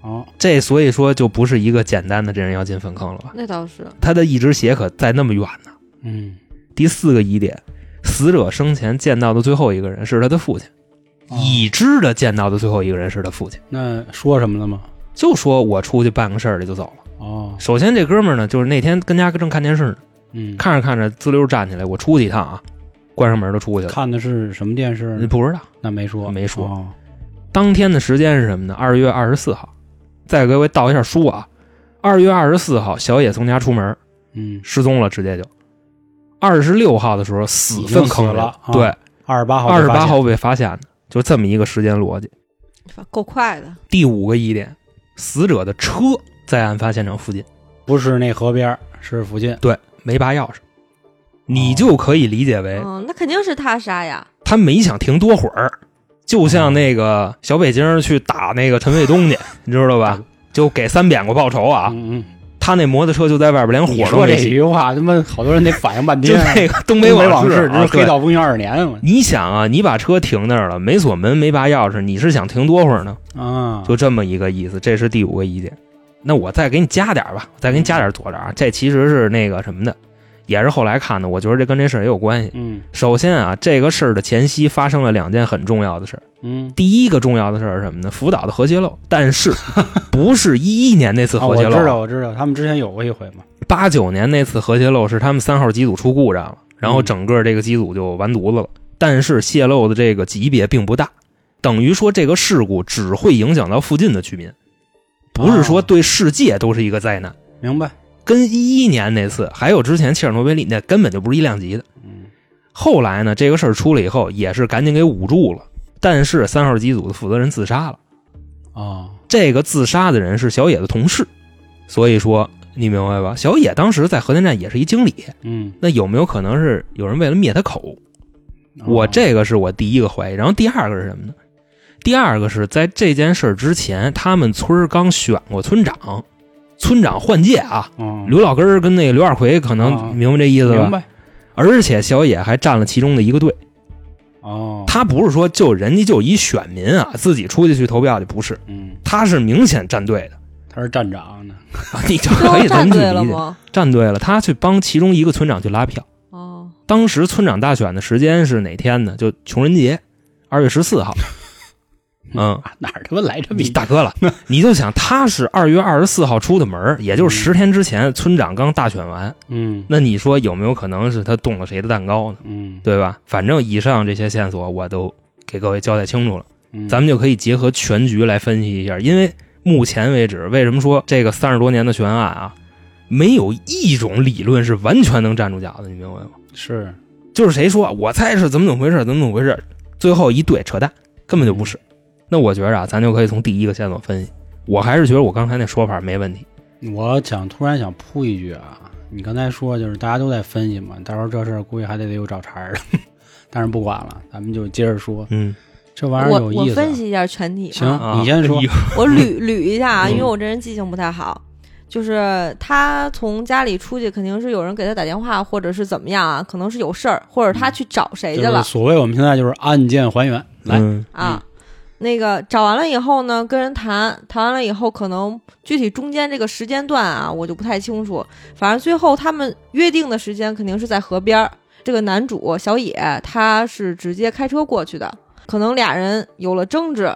Speaker 1: 哦
Speaker 3: 这所以说就不是一个简单的这人要进粪坑了吧？
Speaker 4: 那倒是。
Speaker 3: 他的一只鞋可在那么远呢。
Speaker 1: 嗯
Speaker 3: 第四个疑点，死者生前见到的最后一个人是他的父亲，
Speaker 1: 哦
Speaker 3: 已知的见到的最后一个人是他父亲。
Speaker 1: 那说什么了吗？
Speaker 3: 就说我出去办个事儿去就走了。
Speaker 1: 哦
Speaker 3: 首先这哥们儿呢，就是那天跟家正看电视呢，
Speaker 1: 嗯，
Speaker 3: 看着看着滋溜站起来，我出去一趟啊，关上门就出去了。
Speaker 1: 看的是什么电视？
Speaker 3: 不知道。
Speaker 1: 那没说
Speaker 3: 没说
Speaker 1: 哦
Speaker 3: 当天的时间是什么呢？二月二十四号。再给我倒一下书啊，二月二十四号，小野从家出门
Speaker 1: 嗯，
Speaker 3: 失踪了，直接就。二十六号的时候死
Speaker 1: 已经
Speaker 3: 粪坑里
Speaker 1: 死了啊
Speaker 3: 对，
Speaker 1: 二十八号，
Speaker 3: 二十八，号被发现的，就这么一个时间逻辑。
Speaker 4: 够快的，
Speaker 3: 第五个疑点，死者的车在案发现场附近
Speaker 1: 不是那河边儿，是附近。
Speaker 3: 没拔钥匙，你就可以理解
Speaker 1: 哎哦
Speaker 3: 为
Speaker 4: 嗯，那肯定是他杀 呀，
Speaker 3: 他没想停多会儿，就像那个小北京去打那个陈卫 东去，你知道吧？就给三扁过报仇啊！
Speaker 1: 嗯嗯，
Speaker 3: 他那摩托车就在外边，连
Speaker 1: 你
Speaker 3: 火都
Speaker 1: 说这
Speaker 3: 没熄。
Speaker 1: 句话，他妈好多人得反应半
Speaker 3: 就
Speaker 1: 天。
Speaker 3: 那个
Speaker 1: 东
Speaker 3: 东北
Speaker 1: 北
Speaker 3: 往
Speaker 1: 事，
Speaker 3: 啊
Speaker 1: 这是黑
Speaker 3: 对
Speaker 1: 道风云二十年嘛？
Speaker 3: 你想啊，你把车停那儿了，没锁门，没拔钥匙，你是想停多会儿呢？
Speaker 1: 啊，
Speaker 3: 就这么一个意思，这是第五个疑点。那我再给你加点儿吧，我再给你加点儿佐证啊。这其实是那个什么的，也是后来看的。我觉得这跟这事儿也有关系。
Speaker 1: 嗯
Speaker 3: 首先啊，这个事儿的前夕发生了两件很重要的事儿。
Speaker 1: 嗯，
Speaker 3: 第一个重要的事儿是什么呢？福岛的核泄漏，但是不是一一年那次
Speaker 1: 啊
Speaker 3: 核
Speaker 1: 我
Speaker 3: 泄
Speaker 1: 知道
Speaker 3: 漏，
Speaker 1: 我知道，他们之前有过一回嘛。
Speaker 3: 八九、年那次核泄漏是他们三号机组出故障了，然后整个这个机组就完犊子了。但是泄漏的这个级别并不大，等于说这个事故只会影响到附近的居民，不是说
Speaker 1: 哦
Speaker 3: 对世界都是一个灾难。
Speaker 1: 明白，
Speaker 3: 跟一一年那次，还有之前切尔诺贝利那根本就不是一量级的。
Speaker 1: 嗯
Speaker 3: 后来呢，这个事儿出了以后，也是赶紧给捂住了。但是三号机组的负责人自杀了，
Speaker 1: 哦，
Speaker 3: 这个自杀的人是小野的同事，所以说你明白吧？小野当时在核电站也是一经理，
Speaker 1: 嗯，
Speaker 3: 那有没有可能是有人为了灭他口？
Speaker 1: 哦
Speaker 3: 我这个是我第一个怀疑。然后第二个是什么呢？第二个是在这件事儿之前，他们村儿刚选过村长，村长换届啊，
Speaker 1: 哦
Speaker 3: 刘老根儿跟那个刘二奎可
Speaker 1: 啊
Speaker 3: 能明白这意思吧
Speaker 1: 明？白
Speaker 3: 而且小野还占了其中的一个队，
Speaker 1: 哦，
Speaker 3: 他不是说就人家就一选民啊，自己出去去投票去，不是，
Speaker 1: 嗯，
Speaker 3: 他是明显站队的，
Speaker 1: 他是站长呢。
Speaker 3: 啊你就
Speaker 4: 最
Speaker 3: 可
Speaker 4: 后
Speaker 3: 以这
Speaker 4: 站
Speaker 3: 么去
Speaker 4: 队了
Speaker 3: 理解，
Speaker 4: 吗？
Speaker 3: 站队了，他去帮其中一个村长去拉票。
Speaker 4: 哦，
Speaker 3: 当时村长大选的时间是哪天呢？就穷人节，二月十四号。嗯，
Speaker 1: 啊 哪儿他妈来这么
Speaker 3: 你
Speaker 1: 一
Speaker 3: 大哥了，你就想他是二月二十四号出的门儿，也就是十天之前，村长刚大选完，
Speaker 1: 嗯
Speaker 3: 那你说有没有可能是他动了谁的蛋糕呢？
Speaker 1: 嗯，
Speaker 3: 对吧？反正以上这些线索我都给各位交代清楚了，
Speaker 1: 嗯
Speaker 3: 咱们就可以结合全局来分析一下。因为目前为止，为什么说这个三十多年的悬案啊，没有一种理论是完全能站住脚的？你明白吗？
Speaker 1: 是
Speaker 3: 就是谁说我猜是怎么怎么回事，怎么怎么回事，最后一对扯淡，根本就不是。那我觉着啊，咱就可以从第一个线索分析。我还是觉得我刚才那说法没问题。
Speaker 1: 我想突然想铺一句啊，你刚才说就是大家都在分析嘛，到时候这事儿估计还得得有找茬儿的， 但是不管了，咱们就接着说
Speaker 3: 嗯，
Speaker 1: 这玩意儿
Speaker 4: 我
Speaker 1: 有
Speaker 4: 我
Speaker 1: 意思啊。
Speaker 4: 分析一下全体啊，
Speaker 1: 行
Speaker 3: 啊
Speaker 1: 你先说
Speaker 3: 哎呦
Speaker 4: 我捋捋一下啊，
Speaker 1: 嗯
Speaker 4: 因为我这人记性不太好。就是他从家里出去，肯定是有人给他打电话，或者是怎么样啊？可能是有事儿，或者他去找谁去
Speaker 1: 嗯就
Speaker 4: 了
Speaker 1: 是所谓我们现在就是案件还原，来，
Speaker 3: 嗯
Speaker 4: 啊。那个找完了以后呢，跟人谈，谈完了以后，可能具体中间这个时间段啊，我就不太清楚。反正最后他们约定的时间肯定是在河边儿。这个男主小野他是直接开车过去的，可能俩人有了争执，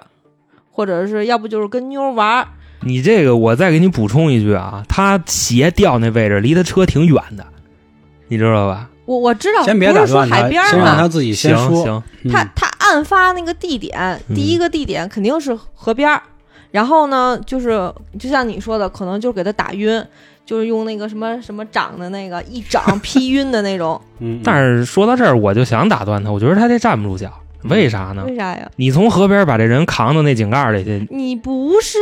Speaker 4: 或者是要不就是跟妞儿玩儿，
Speaker 3: 你这个我再给你补充一句啊，他鞋掉那位置离他车挺远的，你知道吧？
Speaker 4: 我我知道，
Speaker 1: 先别
Speaker 4: 不
Speaker 1: 打
Speaker 4: 是说
Speaker 1: 断
Speaker 4: 海
Speaker 1: 他，
Speaker 4: 边儿啊
Speaker 1: 先让
Speaker 4: 嘛，
Speaker 1: 他自己先
Speaker 3: 行
Speaker 1: 说。
Speaker 3: 行，
Speaker 1: 嗯
Speaker 4: 他他案发那个地点，
Speaker 3: 嗯
Speaker 4: 第一个地点肯定是河边儿。然后呢，就是就像你说的，可能就给他打晕，就是用那个什么什么掌的那个一 掌劈晕的那种。
Speaker 1: 嗯，
Speaker 3: 但
Speaker 1: 是
Speaker 3: 是说到这儿，我就想打断他，我觉得他这站不住脚，为啥
Speaker 1: 嗯
Speaker 3: 呢？
Speaker 4: 为啥呀？
Speaker 3: 你从河边把这人扛到那井盖里去，
Speaker 4: 你不是，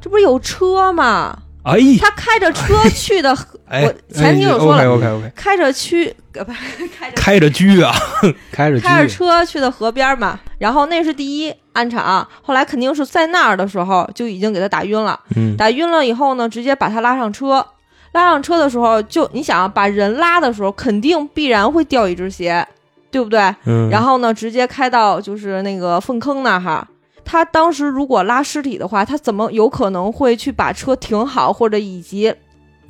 Speaker 4: 这不是有车吗？
Speaker 3: 哎，
Speaker 4: 他开着车
Speaker 1: 哎
Speaker 4: 去的河，我前
Speaker 3: 几
Speaker 4: 天有说了，
Speaker 3: OK OK，
Speaker 4: 开着去，呃不，开着
Speaker 3: 开着车啊，
Speaker 1: 开着
Speaker 4: 开着
Speaker 1: 车，
Speaker 4: 车去的河边儿嘛。然后那是第一暗场，后来肯定是在那儿的时候就已经给他打晕了。
Speaker 3: 嗯，
Speaker 4: 打晕了以后呢，直接把他拉上车。拉上车的时候，就你想啊把人拉的时候，肯定必然会掉一只鞋，对不对？
Speaker 3: 嗯
Speaker 4: 然后呢，直接开到就是那个粪坑那儿哈。他当时如果拉尸体的话，他怎么有可能会去把车停好，或者以及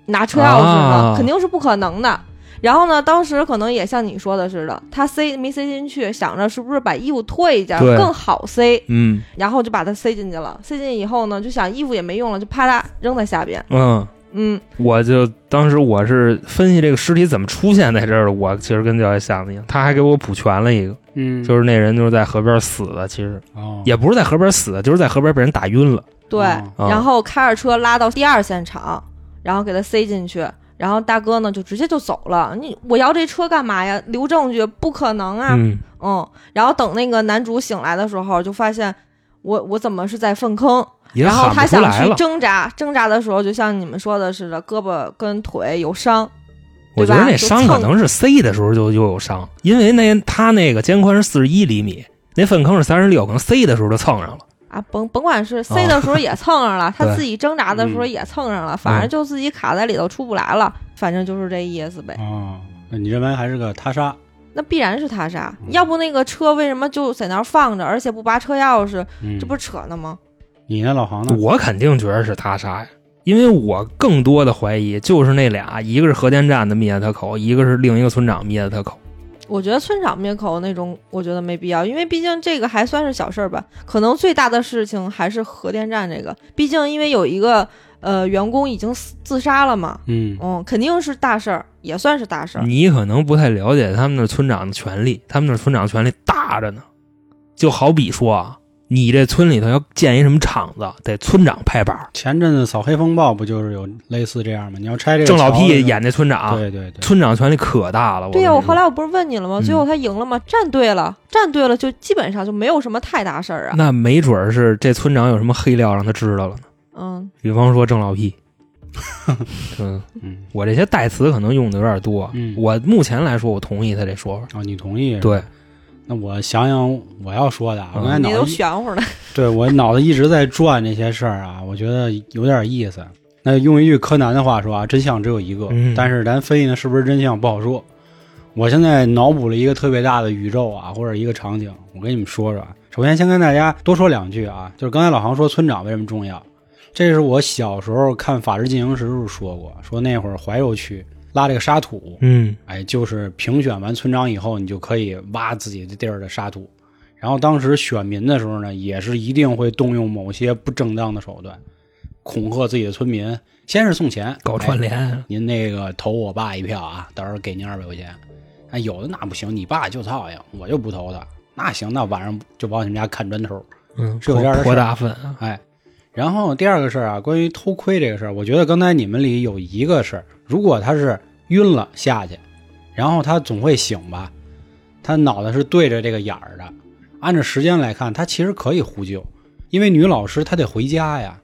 Speaker 4: 拿车钥匙呢？
Speaker 3: 啊
Speaker 4: 肯定是不可能的。然后呢，当时可能也像你说的似的，他塞没塞进去，想着是不是把衣服脱一件
Speaker 3: 对
Speaker 4: 更好塞。
Speaker 3: 嗯
Speaker 4: 然后就把它塞进去了。塞进去以后呢，就想衣服也没用了，就啪嗒扔在下边。
Speaker 3: 嗯，
Speaker 4: 嗯，
Speaker 3: 我就当时我是分析这个尸体怎么出现在这儿的，我其实跟教练想的一样，他还给我补全了一个，
Speaker 1: 嗯，
Speaker 3: 就是那人就是在河边死的，其实
Speaker 4: 嗯
Speaker 1: 哦，
Speaker 3: 也不是在河边死的，就是在河边被人打晕了。
Speaker 4: 对，
Speaker 1: 哦
Speaker 3: 啊
Speaker 4: 然后开着车拉到第二现场，然后给他塞进去，然后大哥呢就直接就走了。你我要这车干嘛呀？留证据不可能啊！嗯
Speaker 3: 嗯，
Speaker 4: 然后等那个男主醒来的时候，就发现我我怎么是在粪坑？
Speaker 3: 也
Speaker 4: 然后
Speaker 3: 喊
Speaker 4: 他
Speaker 3: 不出
Speaker 4: 想
Speaker 3: 来
Speaker 4: 去
Speaker 3: 了。
Speaker 4: 挣扎，挣扎的时候就像你们说的似的，胳膊跟腿有伤。
Speaker 3: 我觉
Speaker 4: 对
Speaker 3: 得
Speaker 4: 吧
Speaker 3: 那伤可能是塞的时候就就有伤，因为那他那个肩宽是四十一厘米，那粪坑是三十六，可能塞的时候就蹭上了。
Speaker 4: 啊，甭甭管是塞的时候也蹭上 了，
Speaker 3: 对
Speaker 4: 他自己挣扎的时候
Speaker 1: 哦嗯
Speaker 4: 也蹭上了，反正就自己卡在里头出不来了，反正就是这意思呗。
Speaker 1: 哦，那你认为还是个他杀？
Speaker 4: 那必然是他杀，
Speaker 1: 嗯
Speaker 4: 要不那个车为什么就在那儿放着，而且不拔车钥匙？
Speaker 1: 嗯，
Speaker 4: 这不是扯呢吗？
Speaker 1: 你呢，老黄呢？
Speaker 3: 我肯定觉得是他杀呀，因为我更多的怀疑就是那俩，一个是核电站的灭的他口，一个是另一个村长灭的他口。
Speaker 4: 我觉得村长灭口那种，我觉得没必要，因为毕竟这个还算是小事儿吧。可能最大的事情还是核电站这个，毕竟因为有一个呃员工已经死自杀了嘛，
Speaker 1: 嗯
Speaker 4: 嗯，肯定是大事儿，也算是大
Speaker 1: 啊
Speaker 4: 事儿。
Speaker 3: 你可能不太了解他们那村长的权利，他们那村长权力大着呢。就好比说啊，你这村里头要建一什么厂子，得村长拍板儿。
Speaker 1: 前阵子扫黑风暴不就是有类似这样吗？你要拆这个
Speaker 3: 郑老
Speaker 1: 桥的时
Speaker 3: 屁
Speaker 1: 候
Speaker 3: 演啊那村长，
Speaker 1: 对对对，
Speaker 3: 村长权力可大了。
Speaker 4: 对呀、
Speaker 3: 呀、
Speaker 4: 我后来我不是问你了吗？
Speaker 3: 嗯
Speaker 4: 最后他赢了吗？站对了，站对了，就基本上就没有什么太大事儿啊。
Speaker 3: 那没准儿是这村长有什么黑料让他知道了呢。
Speaker 4: 嗯，
Speaker 3: 比方说郑 老屁，嗯，
Speaker 1: 嗯，
Speaker 3: 我这些代词可能用的有点多。
Speaker 1: 嗯
Speaker 3: 我目前来说，我同意他这说法。
Speaker 1: 哦，你同意？
Speaker 3: 对，，
Speaker 1: 那我想想我要说的啊，我
Speaker 3: 嗯
Speaker 1: 刚才
Speaker 4: 你
Speaker 1: 脑
Speaker 4: 都
Speaker 1: 子一
Speaker 4: 玄乎了。
Speaker 1: 对我脑子一直在转这些事儿啊，我觉得有点意思。那用一句柯南的话说啊，真相只有一个，
Speaker 3: 嗯
Speaker 1: 但是咱分析呢是不是真相不好说。我现在脑补了一个特别大的宇宙啊，或者一个场景，我跟你们说说啊。首先，先跟大家多说两句啊，就是刚才老航说村长为什么重要，这是我小时候看《法制进行时》时候说过，说那会儿怀柔区拉这个沙土，
Speaker 3: 嗯
Speaker 1: 哎，就是评选完村长以后，你就可以挖自己的地儿的沙土。然后当时选民的时候呢，也是一定会动用某些不正当的手段，恐吓自己的村民。先是送钱，
Speaker 3: 搞串联
Speaker 1: 哎您那个投我爸一票啊，到时候给您二百块钱。哎，有的那不行，你爸就操呀，我就不投他。那行，那晚上就往你们家砍砖头。
Speaker 3: 嗯，
Speaker 1: 是有这样的事儿
Speaker 3: 泼大粪啊。
Speaker 1: 哎，然后第二个事儿啊，关于偷窥这个事儿，我觉得刚才你们里有一个事儿，如果他是晕了下去，然后他总会醒吧，他脑袋是对着这个眼儿的，按照时间来看，他其实可以呼救，因为女老师她得回家呀。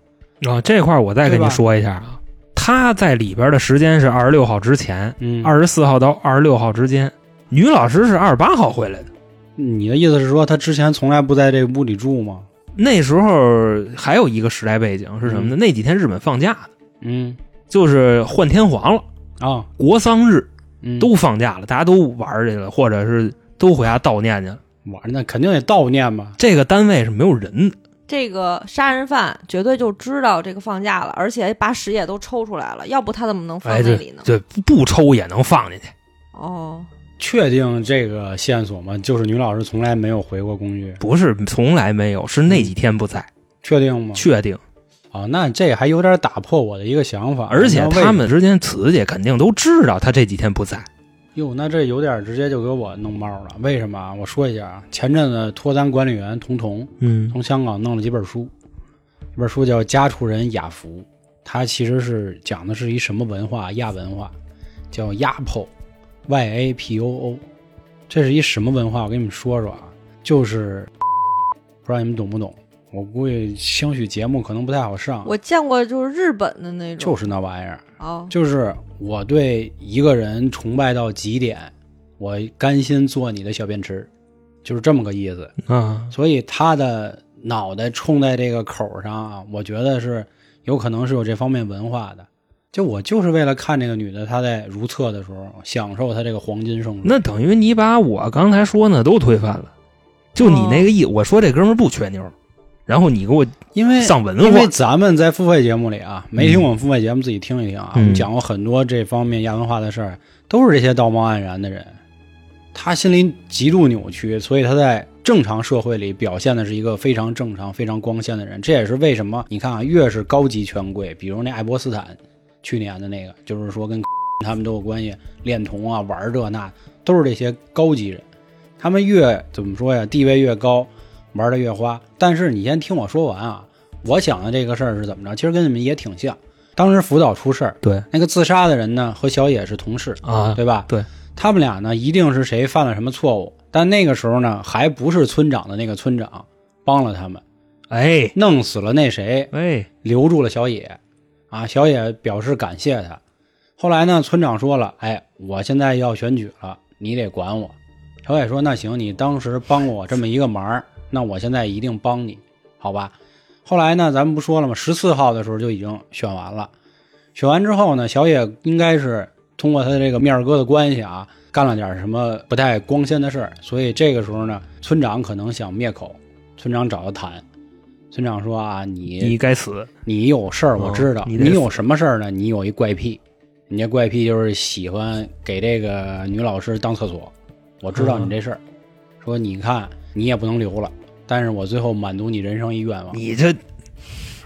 Speaker 3: 啊，这块儿我再
Speaker 1: 对
Speaker 3: 跟你
Speaker 1: 吧
Speaker 3: 说一下啊，他在里边的时间是二十六号之前，
Speaker 1: 嗯
Speaker 3: 二十四号到二十六号之间。女老师是二十八号回来的，
Speaker 1: 你的意思是说他之前从来不在这个屋里住吗？
Speaker 3: 那时候还有一个时代背景是什么呢？那几天日本放假的，
Speaker 1: 嗯，
Speaker 3: 就是换天皇了，
Speaker 1: 啊、
Speaker 3: 国丧日
Speaker 1: 嗯，
Speaker 3: 都放假了，大家都玩儿去了，或者是都回家悼念去了。
Speaker 1: 玩呢，肯定得悼念吧。
Speaker 3: 这个单位是没有人的，
Speaker 4: 这个杀人犯绝对就知道这个放假了，而且把屎也都抽出来了，要不他怎么能放
Speaker 3: 哎，
Speaker 4: 那
Speaker 3: 对
Speaker 4: 里呢？
Speaker 3: 对，不抽也能放进去。
Speaker 4: 哦，
Speaker 1: 确定这个线索吗？就是女老师从来没有回过公寓，
Speaker 3: 不是从来没有，是那几天不在，
Speaker 1: 确定
Speaker 4: 嗯
Speaker 1: 吗？
Speaker 3: 确定。
Speaker 1: 哦，那这还有点打破我的一个想法，
Speaker 3: 而且
Speaker 1: 那为
Speaker 3: 他们之间瓷去，肯定都知道他这几天不在。
Speaker 1: 哟，那这有点直接就给我弄冒了。为什么啊？我说一下啊，前阵子脱单管理员童童
Speaker 3: 嗯
Speaker 1: 从香港弄了几本书，一本书叫《家畜人雅福》，它其实是讲的是一什么文化？亚文化，叫 Yapo，Y A P O O，这是一什么文化？我跟你们说说啊，就是不知道你们懂不懂？我估计兴许节目可能不太好上，
Speaker 4: 我见过就是日本的那种，
Speaker 1: 就是那玩意儿。
Speaker 4: 哦，
Speaker 1: 就是我对一个人崇拜到极点，我甘心做你的小便池，就是这么个意思。
Speaker 3: 啊，
Speaker 1: 所以他的脑袋冲在这个口上啊，我觉得是有可能是有这方面文化的。就我就是为了看这个女的，她在如厕的时候享受她这个黄金圣水。
Speaker 3: 那等于你把我刚才说呢都推翻了，就你那个
Speaker 4: 哦
Speaker 3: 意，我说这哥们儿不缺妞儿，然后你给我
Speaker 1: 因为
Speaker 3: 上文
Speaker 1: 因为
Speaker 3: 化，
Speaker 1: 咱们在付费节目里啊，没听我们付费节目自己听一听啊，
Speaker 3: 嗯
Speaker 1: 我们讲过很多这方面亚文化的事儿，都是这些道貌岸然的人，他心里极度扭曲，所以他在正常社会里表现的是一个非常正常、非常光鲜的人。这也是为什么你看啊，越是高级权贵，比如那爱泼斯坦去年的那个， 就是说跟他们都有关系，恋童啊、玩这那，都是这些高级人。他们越怎么说呀，地位越高，玩的越花。但是你先听我说完啊，我想的这个事儿是怎么着？其实跟你们也挺像。当时福岛出事儿，
Speaker 3: 对
Speaker 1: 那个自杀的人呢和小野是同事
Speaker 3: 啊，
Speaker 1: 对吧？
Speaker 3: 对，
Speaker 1: 他们俩呢一定是谁犯了什么错误，但那个时候呢还不是村长的那个村长帮了他们，
Speaker 3: 哎
Speaker 1: 弄死了那谁，
Speaker 3: 哎，
Speaker 1: 留住了小野，啊，小野表示感谢他。后来呢，村长说了，哎，我现在要选举了，你得管我。小野说，那行，你当时帮过我这么一个忙，那我现在一定帮你，好吧？后来呢，咱们不说了吗？十四号的时候就已经选完了，选完之后呢，小野应该是通过他的这个面儿哥的关系啊，干了点什么不太光鲜的事儿，所以这个时候呢，村长可能想灭口，村长找他谈。村长说啊，
Speaker 3: 你哦该死，
Speaker 1: 你有事儿，我知道、
Speaker 3: 哦你
Speaker 1: 你
Speaker 3: 得
Speaker 1: 有什么事儿呢？你有一怪癖，你这怪癖就是喜欢给这个女老师当厕所。我知
Speaker 3: 啊
Speaker 1: 道你这事儿，说你看你也不能留了，但是我最后满足你人生一愿望
Speaker 3: 你这，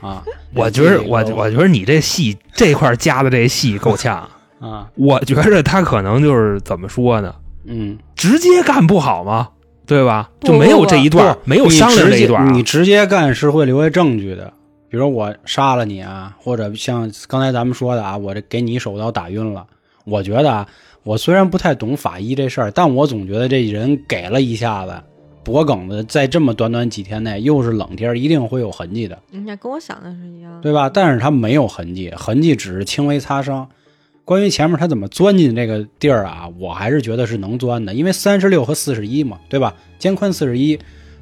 Speaker 1: 啊！
Speaker 3: 我觉得
Speaker 1: 这个
Speaker 3: 我我觉得你这戏这块加的这戏够呛，
Speaker 1: 啊，
Speaker 3: 我觉得他可能就是怎么说呢，
Speaker 1: 嗯，
Speaker 3: 直接干不好吗？对吧？
Speaker 4: 不
Speaker 3: 就没有这一段，
Speaker 1: 不
Speaker 3: 没有商量这一段啊，
Speaker 1: 你直接，你直接干是会留下证据的。比如我杀了你啊，或者像刚才咱们说的啊，我这给你一手刀打晕了。我觉得啊，我虽然不太懂法医这事儿，但我总觉得这人给了一下子，脖梗子在这么短短几天内，又是冷天儿，一定会有痕迹的，
Speaker 4: 你看跟我想的是一样。
Speaker 1: 对吧？但是他没有痕迹，痕迹只是轻微擦伤。关于前面他怎么钻进这个地儿啊，我还是觉得是能钻的，因为三十六和四十一嘛，对吧？肩宽四十一，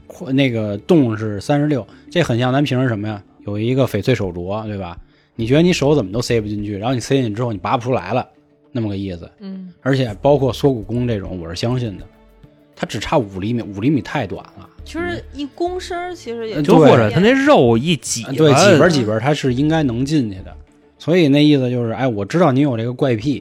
Speaker 1: 宽那个洞是三十六，这很像咱平时什么呀？有一个翡翠手镯，对吧？你觉得你手怎么都塞不进去，然后你塞进去之后你拔不出来了，那么个意思。
Speaker 4: 嗯，
Speaker 1: 而且包括缩骨功这种，我是相信的，它只差五厘米，五厘米太短了。
Speaker 4: 其实一躬身儿其实也
Speaker 3: 就
Speaker 1: 对
Speaker 3: 或者他那肉一挤
Speaker 1: 啊，对，几
Speaker 3: 本
Speaker 1: 本几本它是应该能进去的。所以那意思就是，哎，我知道你有这个怪癖，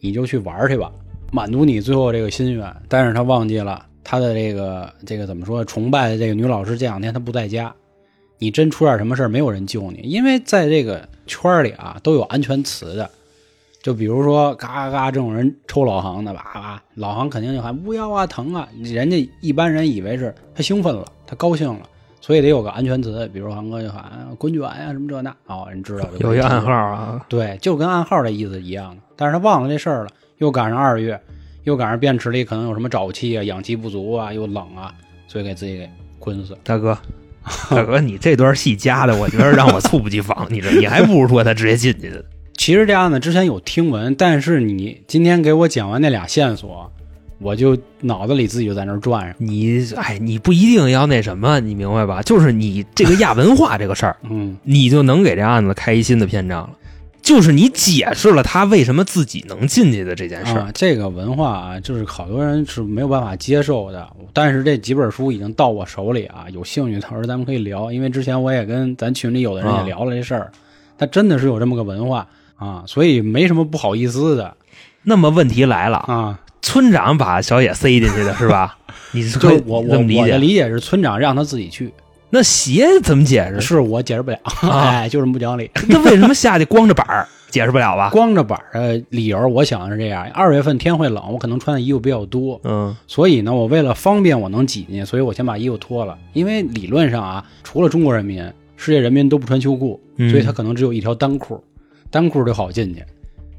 Speaker 1: 你就去玩儿去吧，满足你最后这个心愿。但是他忘记了他的这个这个怎么说，崇拜的这个女老师这两天她不在家，你真出点什么事儿，没有人救你，因为在这个圈儿里啊，都有安全词的。就比如说，嘎嘎嘎，这种人抽老行的，吧吧，老行肯定就喊不要啊，疼啊。人家一般人以为是他兴奋了，他高兴了，所以得有个安全词，比如韩哥就喊啊滚卷呀、什么这那，哦，人知道就
Speaker 3: 有一个暗号，啊，
Speaker 1: 对，就跟暗号的意思一样的。但是他忘了这事儿了，又赶上二月，又赶上便池里可能有什么沼气啊、氧气不足啊，又冷啊，所以给自己给困死了。
Speaker 3: 大哥。 大哥，你这段戏加的，我觉得让我猝不及防。你这，你还不如说他直接进去呢。
Speaker 1: 其实这案子之前有听闻，但是你今天给我讲完那俩线索，我就脑子里自己就在那儿转上。
Speaker 3: 你，哎，你不一定要那什么，你明白吧？就是你这个亚文化这个事 儿，
Speaker 1: 嗯，
Speaker 3: 你就能给这案子开一新的篇章了。就是你解释了他为什么自己能进去的这件事儿
Speaker 1: 啊，，这个文化啊，就是好多人是没有办法接受的。但是这几本书已经到我手里啊，有兴趣到时候咱们可以聊，因为之前我也跟咱群里有的人也
Speaker 3: 啊
Speaker 1: 聊了这事儿，他真的是有这么个文化啊，所以没什么不好意思的
Speaker 3: 那么问题来了，
Speaker 1: 啊。
Speaker 3: 村长把小野塞进去的 是吧？你是
Speaker 1: 就
Speaker 3: 可以
Speaker 1: 是我
Speaker 3: 这
Speaker 1: 我
Speaker 3: 么理
Speaker 1: 我的
Speaker 3: 解？
Speaker 1: 理解是，村长让他自己去，
Speaker 3: 那鞋怎么解释？
Speaker 1: 是我解释不了，
Speaker 3: 啊
Speaker 1: 哎，就这么不讲理。
Speaker 3: 那为什么下去光着板儿？ 解释不了吧？
Speaker 1: 光着板儿的理由，我想是这样：二月份天会冷，我可能穿的衣服比较多，
Speaker 3: 嗯，
Speaker 1: 所以呢，我为了方便我能挤进去，所以我先把衣服脱了。因为理论上啊，除了中国人民，世界人民都不穿秋裤，
Speaker 3: 嗯
Speaker 1: 所以他可能只有一条单裤，单裤就好进去，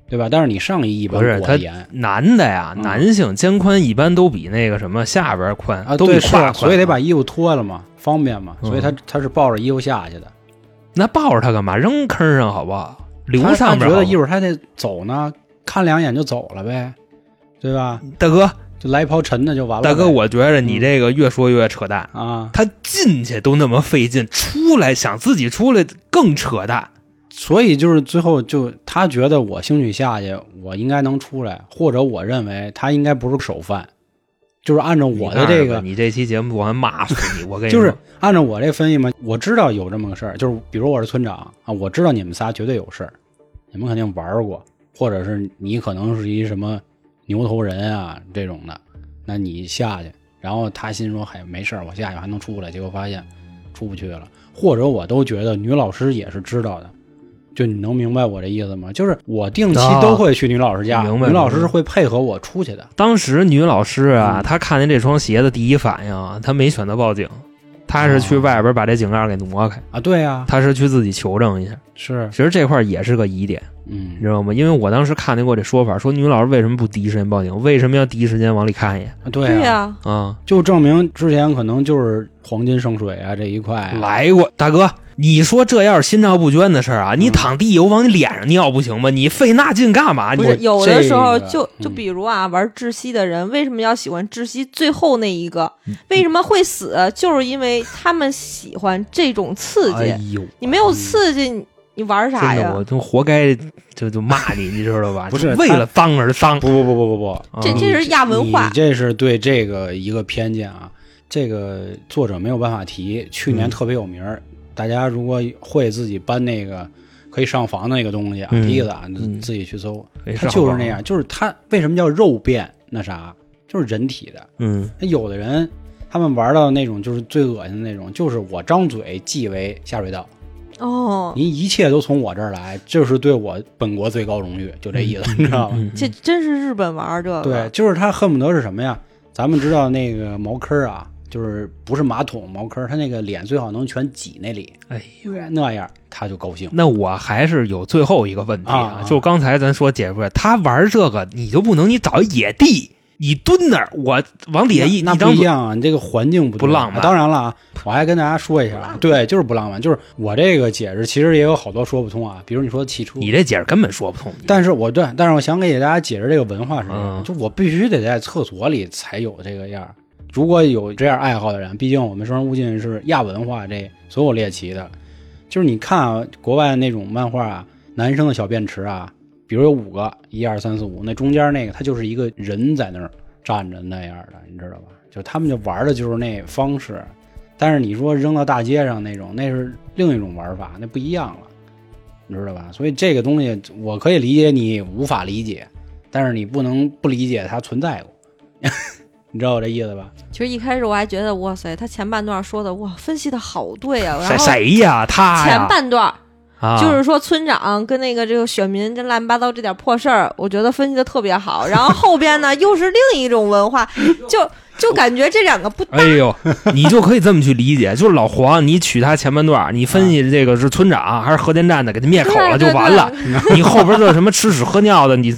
Speaker 1: 对吧？但是你上衣一般
Speaker 3: 不是
Speaker 1: 裹
Speaker 3: 他
Speaker 1: 得严
Speaker 3: 男的呀，
Speaker 1: 嗯
Speaker 3: 男性肩宽一般都比那个什么下边儿宽
Speaker 1: 啊，
Speaker 3: 都比
Speaker 1: 对，是
Speaker 3: 胯宽，
Speaker 1: 所以得把衣服脱了嘛，方便嘛，
Speaker 3: 嗯
Speaker 1: 所以他他是抱着衣服下去的。
Speaker 3: 那抱着他干嘛？扔坑上好不好？留
Speaker 1: 他
Speaker 3: 上
Speaker 1: 他
Speaker 3: 边
Speaker 1: 觉
Speaker 3: 好
Speaker 1: 得
Speaker 3: 不
Speaker 1: 一会儿他得走呢，看两眼就走了呗，对吧？
Speaker 3: 好大哥，
Speaker 1: 就来一泡沉的就完了呗。
Speaker 3: 大哥，我觉着你这个越说越扯淡。
Speaker 1: 啊，
Speaker 3: 他进去都那么费劲，出来想自己出来更扯淡。
Speaker 1: 所以就是最后就他觉得我兴许下去，我应该能出来，或者我认为他应该不是首犯，就是按照我的这
Speaker 3: 你看着吧
Speaker 1: 个，
Speaker 3: 你这期节目我还骂死你！我跟你
Speaker 1: 就
Speaker 3: 说
Speaker 1: 是按照我这分析嘛，我知道有这么个事儿，就是比如我是村长啊，我知道你们仨绝对有事儿，你们肯定玩儿过，或者是你可能是一什么牛头人啊这种的，那你下去，然后他心说，嗨，没事儿，我下去还能出来，结果发现出不去了，或者我都觉得女老师也是知道的，就你能明白我这意思吗？就是我定期都会去女老师家，
Speaker 3: 啊明白
Speaker 1: 女老师是会配合我出去的。
Speaker 3: 当时女老师啊，
Speaker 1: 嗯
Speaker 3: 她看见这双鞋的第一反应啊，她没选择报警，她是去
Speaker 1: 哦
Speaker 3: 外边把这井盖给挪开，
Speaker 1: 啊，对呀、啊，
Speaker 3: 她是去自己求证一下。
Speaker 1: 是，
Speaker 3: 其实这块儿也是个啊疑点，你
Speaker 1: 嗯
Speaker 3: 知，道吗？因为我当时看见过这说法，说女老师为什么不第一时间报警，为什么要第一时间往里看一眼
Speaker 1: 啊对
Speaker 4: 对
Speaker 1: 呀、
Speaker 4: 呀、
Speaker 3: 啊？
Speaker 1: 就证明之前可能就是黄金圣水啊这一块啊、
Speaker 3: 来过，大哥，你说这要是心照不宣的事儿啊，你躺地我往你脸上尿不行吗？你费那劲干嘛？
Speaker 4: 不
Speaker 3: 你
Speaker 1: 我
Speaker 4: 是有的时候
Speaker 1: 这个
Speaker 4: 就
Speaker 1: 嗯
Speaker 4: 就比如啊，玩窒息的人为什么要喜欢窒息最后那一个？
Speaker 3: 嗯
Speaker 4: 为什么会死？就是因为他们喜欢这种刺
Speaker 3: 哎
Speaker 4: 激。
Speaker 3: 呦，
Speaker 4: 你没有刺激，你你玩啥
Speaker 3: 真的，
Speaker 4: 呀
Speaker 3: 我？就活该就就骂你，你知道吧？
Speaker 1: 不是
Speaker 3: 为了脏而脏，
Speaker 1: 不不不不不不，
Speaker 3: 啊
Speaker 4: 这这是亚文化
Speaker 1: 你这是对这个一个偏见啊。这个作者没有办法提，去年
Speaker 3: 嗯
Speaker 1: 特别有名儿，大家如果会自己搬那个可以上房的那个东西啊，
Speaker 3: 嗯
Speaker 1: 梯子啊，
Speaker 3: 嗯
Speaker 1: 自己去搜，
Speaker 3: 没事
Speaker 1: 它就是那，样，就是它为什么叫肉变？那啥，就是人体的。
Speaker 3: 嗯，
Speaker 1: 那有的人他们玩到那种就是最恶心的那种，就是我张嘴即为下水道，
Speaker 4: 哦，
Speaker 3: 嗯
Speaker 1: 您一切都从我这儿来，这是对我本国最高荣誉，就这意思，你知道吗？
Speaker 3: 嗯
Speaker 4: 这真是日本玩儿这 个。
Speaker 1: 对，，就是他恨不得是什么呀？咱们知道那个茅坑儿啊，就是不是马桶茅坑儿，他那个脸最好能全挤那里，
Speaker 3: 哎，
Speaker 1: 那样他就高兴。
Speaker 3: 那我还是有最后一个问题
Speaker 1: 啊啊
Speaker 3: 就刚才咱说姐夫，他玩这个，你就不能你找一野地，你蹲那儿，我往底下一
Speaker 1: 那那
Speaker 3: 一
Speaker 1: 不
Speaker 3: 张
Speaker 1: 一
Speaker 3: 嘴，
Speaker 1: 样啊，你这个环境不对
Speaker 3: 不浪漫
Speaker 1: 当然了啊，我还跟大家说一下啊，对，就是不浪漫。就是我这个解释其实也有好多说不通啊，比如你说汽车，
Speaker 3: 你这姐儿根本说不通。
Speaker 1: 但是我对，但是我想给大家解释这个文化是什么，
Speaker 3: 嗯
Speaker 1: 就我必须得在厕所里才有这个样儿。如果有这样爱好的人，毕竟我们生人勿近是亚文化这所有猎奇的，就是你看啊，国外那种漫画啊，男生的小便池啊，比如有五个，一二三四五，那中间那个他就是一个人在那儿站着那样的，你知道吧？就他们就玩的就是那方式，但是你说扔到大街上那种，那是另一种玩法，那不一样了，你知道吧？所以这个东西我可以理解你无法理解，但是你不能不理解它存在过， 你知道我这意思吧？
Speaker 4: 其实一开始我还觉得，哇塞，他前半段说的，哇，分析的好对啊。然
Speaker 3: 谁
Speaker 4: 后
Speaker 3: 谁呀？他
Speaker 4: 前
Speaker 3: 呀，
Speaker 4: 半段
Speaker 3: 啊
Speaker 4: 就是说村长跟那个这个选民这乱七八糟这点破事儿，我觉得分析的特别好。然后后边呢又是另一种文化，就就感觉这两个不
Speaker 3: 哎呦，你就可以这么去理解，就是老黄，你取他前半段，你分析这个是村长还是核电站的，给他灭口了就完了。你后边这什么吃屎喝尿的，你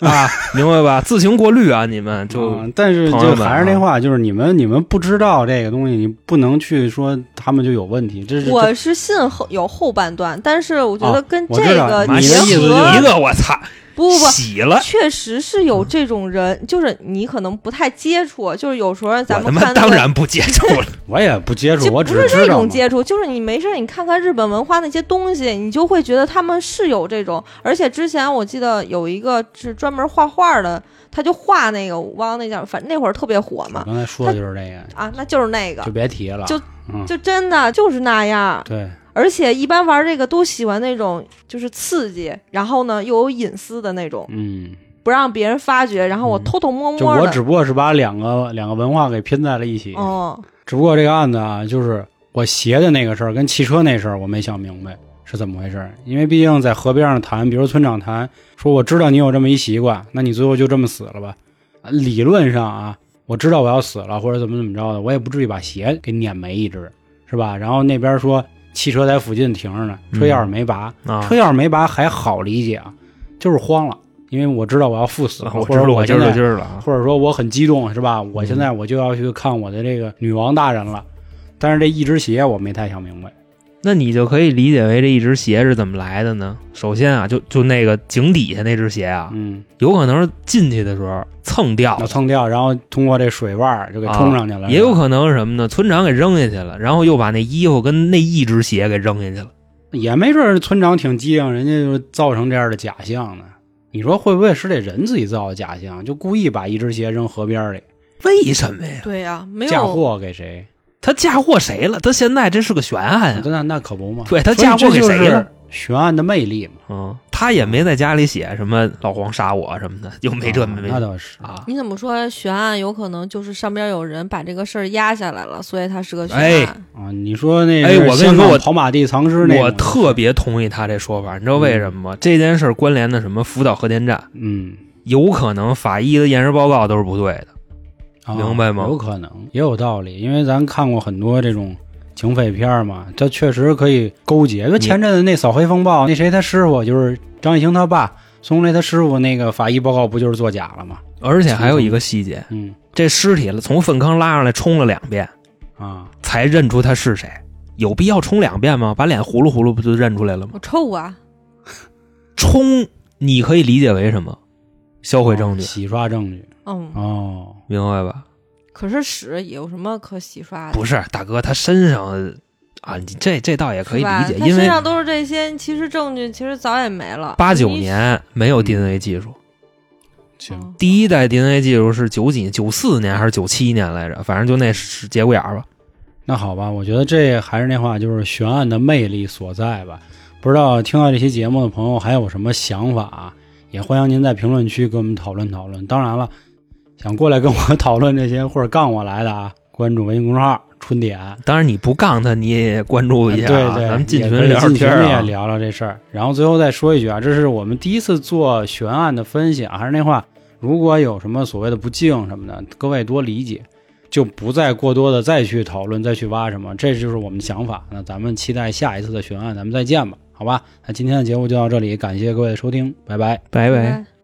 Speaker 3: 啊，明白吧？自行过滤啊，你们就
Speaker 1: 嗯但是
Speaker 3: 朋友
Speaker 1: 就
Speaker 3: 们啊
Speaker 1: 还是那话，就是你们你们不知道这个东西，你不能去说他们就有问题，这是
Speaker 4: 我是信后有后半段，但是我觉得
Speaker 1: 哦
Speaker 4: 跟
Speaker 1: 我
Speaker 4: 这
Speaker 1: 知道
Speaker 4: 个
Speaker 1: 你的
Speaker 4: 结
Speaker 1: 意思就是嗯
Speaker 4: 合
Speaker 3: 一个我操，
Speaker 4: 不不不，
Speaker 3: 洗了。
Speaker 4: 确实是有这种人，就是你可能不太接触，就是有时候
Speaker 3: 我
Speaker 4: 咱
Speaker 3: 他
Speaker 4: 们
Speaker 3: 妈
Speaker 4: 看那
Speaker 3: 当
Speaker 4: 个
Speaker 3: 然不接触了，
Speaker 1: 我也不接触，
Speaker 4: 就
Speaker 1: 我
Speaker 4: 不
Speaker 1: 只
Speaker 4: 是这
Speaker 1: 知道
Speaker 4: 种
Speaker 1: 嘛。
Speaker 4: 接触，就是你没事儿你看看日本文化那些东西，你就会觉得他们是有这种。而且之前我记得有一个是专门画画的，他就画那个，我忘了那叫，反正那会儿特别火
Speaker 1: 我
Speaker 4: 嘛。
Speaker 1: 刚才说的就是这个，
Speaker 4: 啊，那就是那个
Speaker 1: 就，别提了。
Speaker 4: 就
Speaker 1: 嗯，
Speaker 4: 就真的就是那样。
Speaker 1: 对，
Speaker 4: 而且一般玩这个都喜欢那种就是刺激，然后呢又有隐私的那种，
Speaker 1: 嗯，
Speaker 4: 不让别人发觉，然后我偷偷摸
Speaker 1: 就
Speaker 4: 摸
Speaker 1: 我
Speaker 4: 的。
Speaker 1: 只不过是把两个两个文化给拼在了一起。
Speaker 4: 哦，
Speaker 1: 只不过这个案子啊，就是我鞋的那个事儿跟汽车那事儿，我没想明白是怎么回事儿。因为毕竟在河边上谈，比如村长谈，说我知道你有这么一习惯，那你最后就这么死了吧？啊理论上啊，我知道我要死了，或者怎么怎么着的，我也不至于把鞋给碾没一只，是吧？然后那边说汽车在附近停着呢，车钥匙没拔，
Speaker 3: 啊
Speaker 1: 车！钥匙没拔还好理解啊，就是慌了，因为我知道我要赴死了，
Speaker 3: 啊我
Speaker 1: 或
Speaker 3: 知
Speaker 1: 者
Speaker 3: 道，我今
Speaker 1: 现
Speaker 3: 儿
Speaker 1: 在
Speaker 3: 就今儿了啊。
Speaker 1: 或者说我很激动，是吧？我现
Speaker 3: 嗯
Speaker 1: 在我就要去看我的这个女王大人了。但是这一只鞋我没太想明白，
Speaker 3: 那你就可以理解为这一只鞋是怎么来的呢？首先啊，就就那个井底下那只鞋啊，
Speaker 1: 嗯，
Speaker 3: 有可能是进去的时候蹭掉
Speaker 1: 要
Speaker 3: 了，
Speaker 1: 蹭掉，然后通过这水腕儿就给冲上去了，
Speaker 3: 啊也有可能是什么呢？村长给扔下去了，然后又把那衣服跟那一只鞋给扔下去了。
Speaker 1: 也没准儿村长挺机灵，人家就造成这样的假象呢。你说会不会是这人自己造的假象，就故意把一只鞋扔河边儿里，
Speaker 3: 为什么呀？
Speaker 4: 对呀、没有
Speaker 1: 嫁祸给谁？
Speaker 3: 他嫁祸谁了？他现在这是个悬案啊！
Speaker 1: 那那可不嘛，
Speaker 3: 对他
Speaker 1: 所以
Speaker 3: 嫁祸
Speaker 1: 这
Speaker 3: 给
Speaker 1: 就
Speaker 3: 谁
Speaker 1: 是
Speaker 3: 了
Speaker 1: 悬案的魅力嘛，
Speaker 3: 嗯，他也没在家里写什么老黄杀我什么的，就没这
Speaker 1: 啊
Speaker 3: 没
Speaker 1: 那倒是
Speaker 3: 啊。
Speaker 4: 你怎么说悬案有可能就是上边有人把这个事儿压下来了，所以它是个悬
Speaker 3: 哎
Speaker 4: 案？
Speaker 1: 啊！你说那
Speaker 3: 哎
Speaker 1: 是
Speaker 3: 我跟你
Speaker 1: 香
Speaker 3: 说
Speaker 1: 港
Speaker 3: 我
Speaker 1: 跑马地藏尸那种
Speaker 3: 我特别同意他这说法，你知道为什么吗？这件事儿关联的什么福岛核电站，
Speaker 1: 嗯，
Speaker 3: 有可能法医的验尸报告都是不对的。
Speaker 1: 啊
Speaker 3: 明白吗
Speaker 1: 有可能也有道理，因为咱看过很多这种警匪片儿嘛，它确实可以勾结。因为前阵子那扫黑风暴，那谁他师傅就是张艺兴他爸孙红雷他师傅那个法医报告不就是作假了吗？
Speaker 3: 而且还有一个细节，
Speaker 1: 嗯
Speaker 3: 这尸体从粪坑拉上来冲了两遍，
Speaker 1: 啊，
Speaker 3: 才认出他是谁。有必要冲两遍吗？把脸糊噜糊噜不就认出来了吗？
Speaker 4: 我臭啊！
Speaker 3: 冲，你可以理解为什么？销毁证据，
Speaker 1: 洗刷证据
Speaker 4: 嗯，
Speaker 3: 啊
Speaker 1: 哦，
Speaker 3: 明白吧？
Speaker 4: 可是屎有什么可洗刷的？
Speaker 3: 不是，大哥，他身上啊，你这这倒也可以
Speaker 4: 是吧
Speaker 3: 理解，
Speaker 4: 他
Speaker 3: 因
Speaker 4: 身
Speaker 3: 为
Speaker 4: 上都是这些，其实证据其实早也没了。
Speaker 3: 八九
Speaker 4: 你
Speaker 3: 年没有 DNA 技术，
Speaker 1: 行
Speaker 4: 嗯
Speaker 3: 第一代 DNA 技术是九几九四年还是九七年来着？反正就那是节骨眼儿吧。
Speaker 1: 那好吧，我觉得这还是那话，就是悬案的魅力所在吧。不知道听到这期节目的朋友还有什么想法、啊，也欢迎您在评论区跟我们讨论讨论。当然了，想过来跟我 讨论这些或者杠我来的啊，关注微信公众号“春点”，
Speaker 3: 当然你不杠他，你也关注一下、啊
Speaker 1: 对对，
Speaker 3: 咱们进
Speaker 1: 也
Speaker 3: 群
Speaker 1: 可以
Speaker 3: 聊
Speaker 1: 进群
Speaker 3: 天儿
Speaker 1: 也
Speaker 3: 啊。
Speaker 1: 聊聊这事儿。然后最后再说一句啊，这是我们第一次做悬案的分析啊，还是那话，如果有什么所谓的不敬什么的，各位多理解，就不再过多的再去讨论、再去挖什么，这就是我们的想法。那咱们期待下一次的悬案，咱们再见吧，好吧？那今天的节目就到这里，感谢各位的收听，拜拜。
Speaker 3: 拜拜。
Speaker 4: 拜拜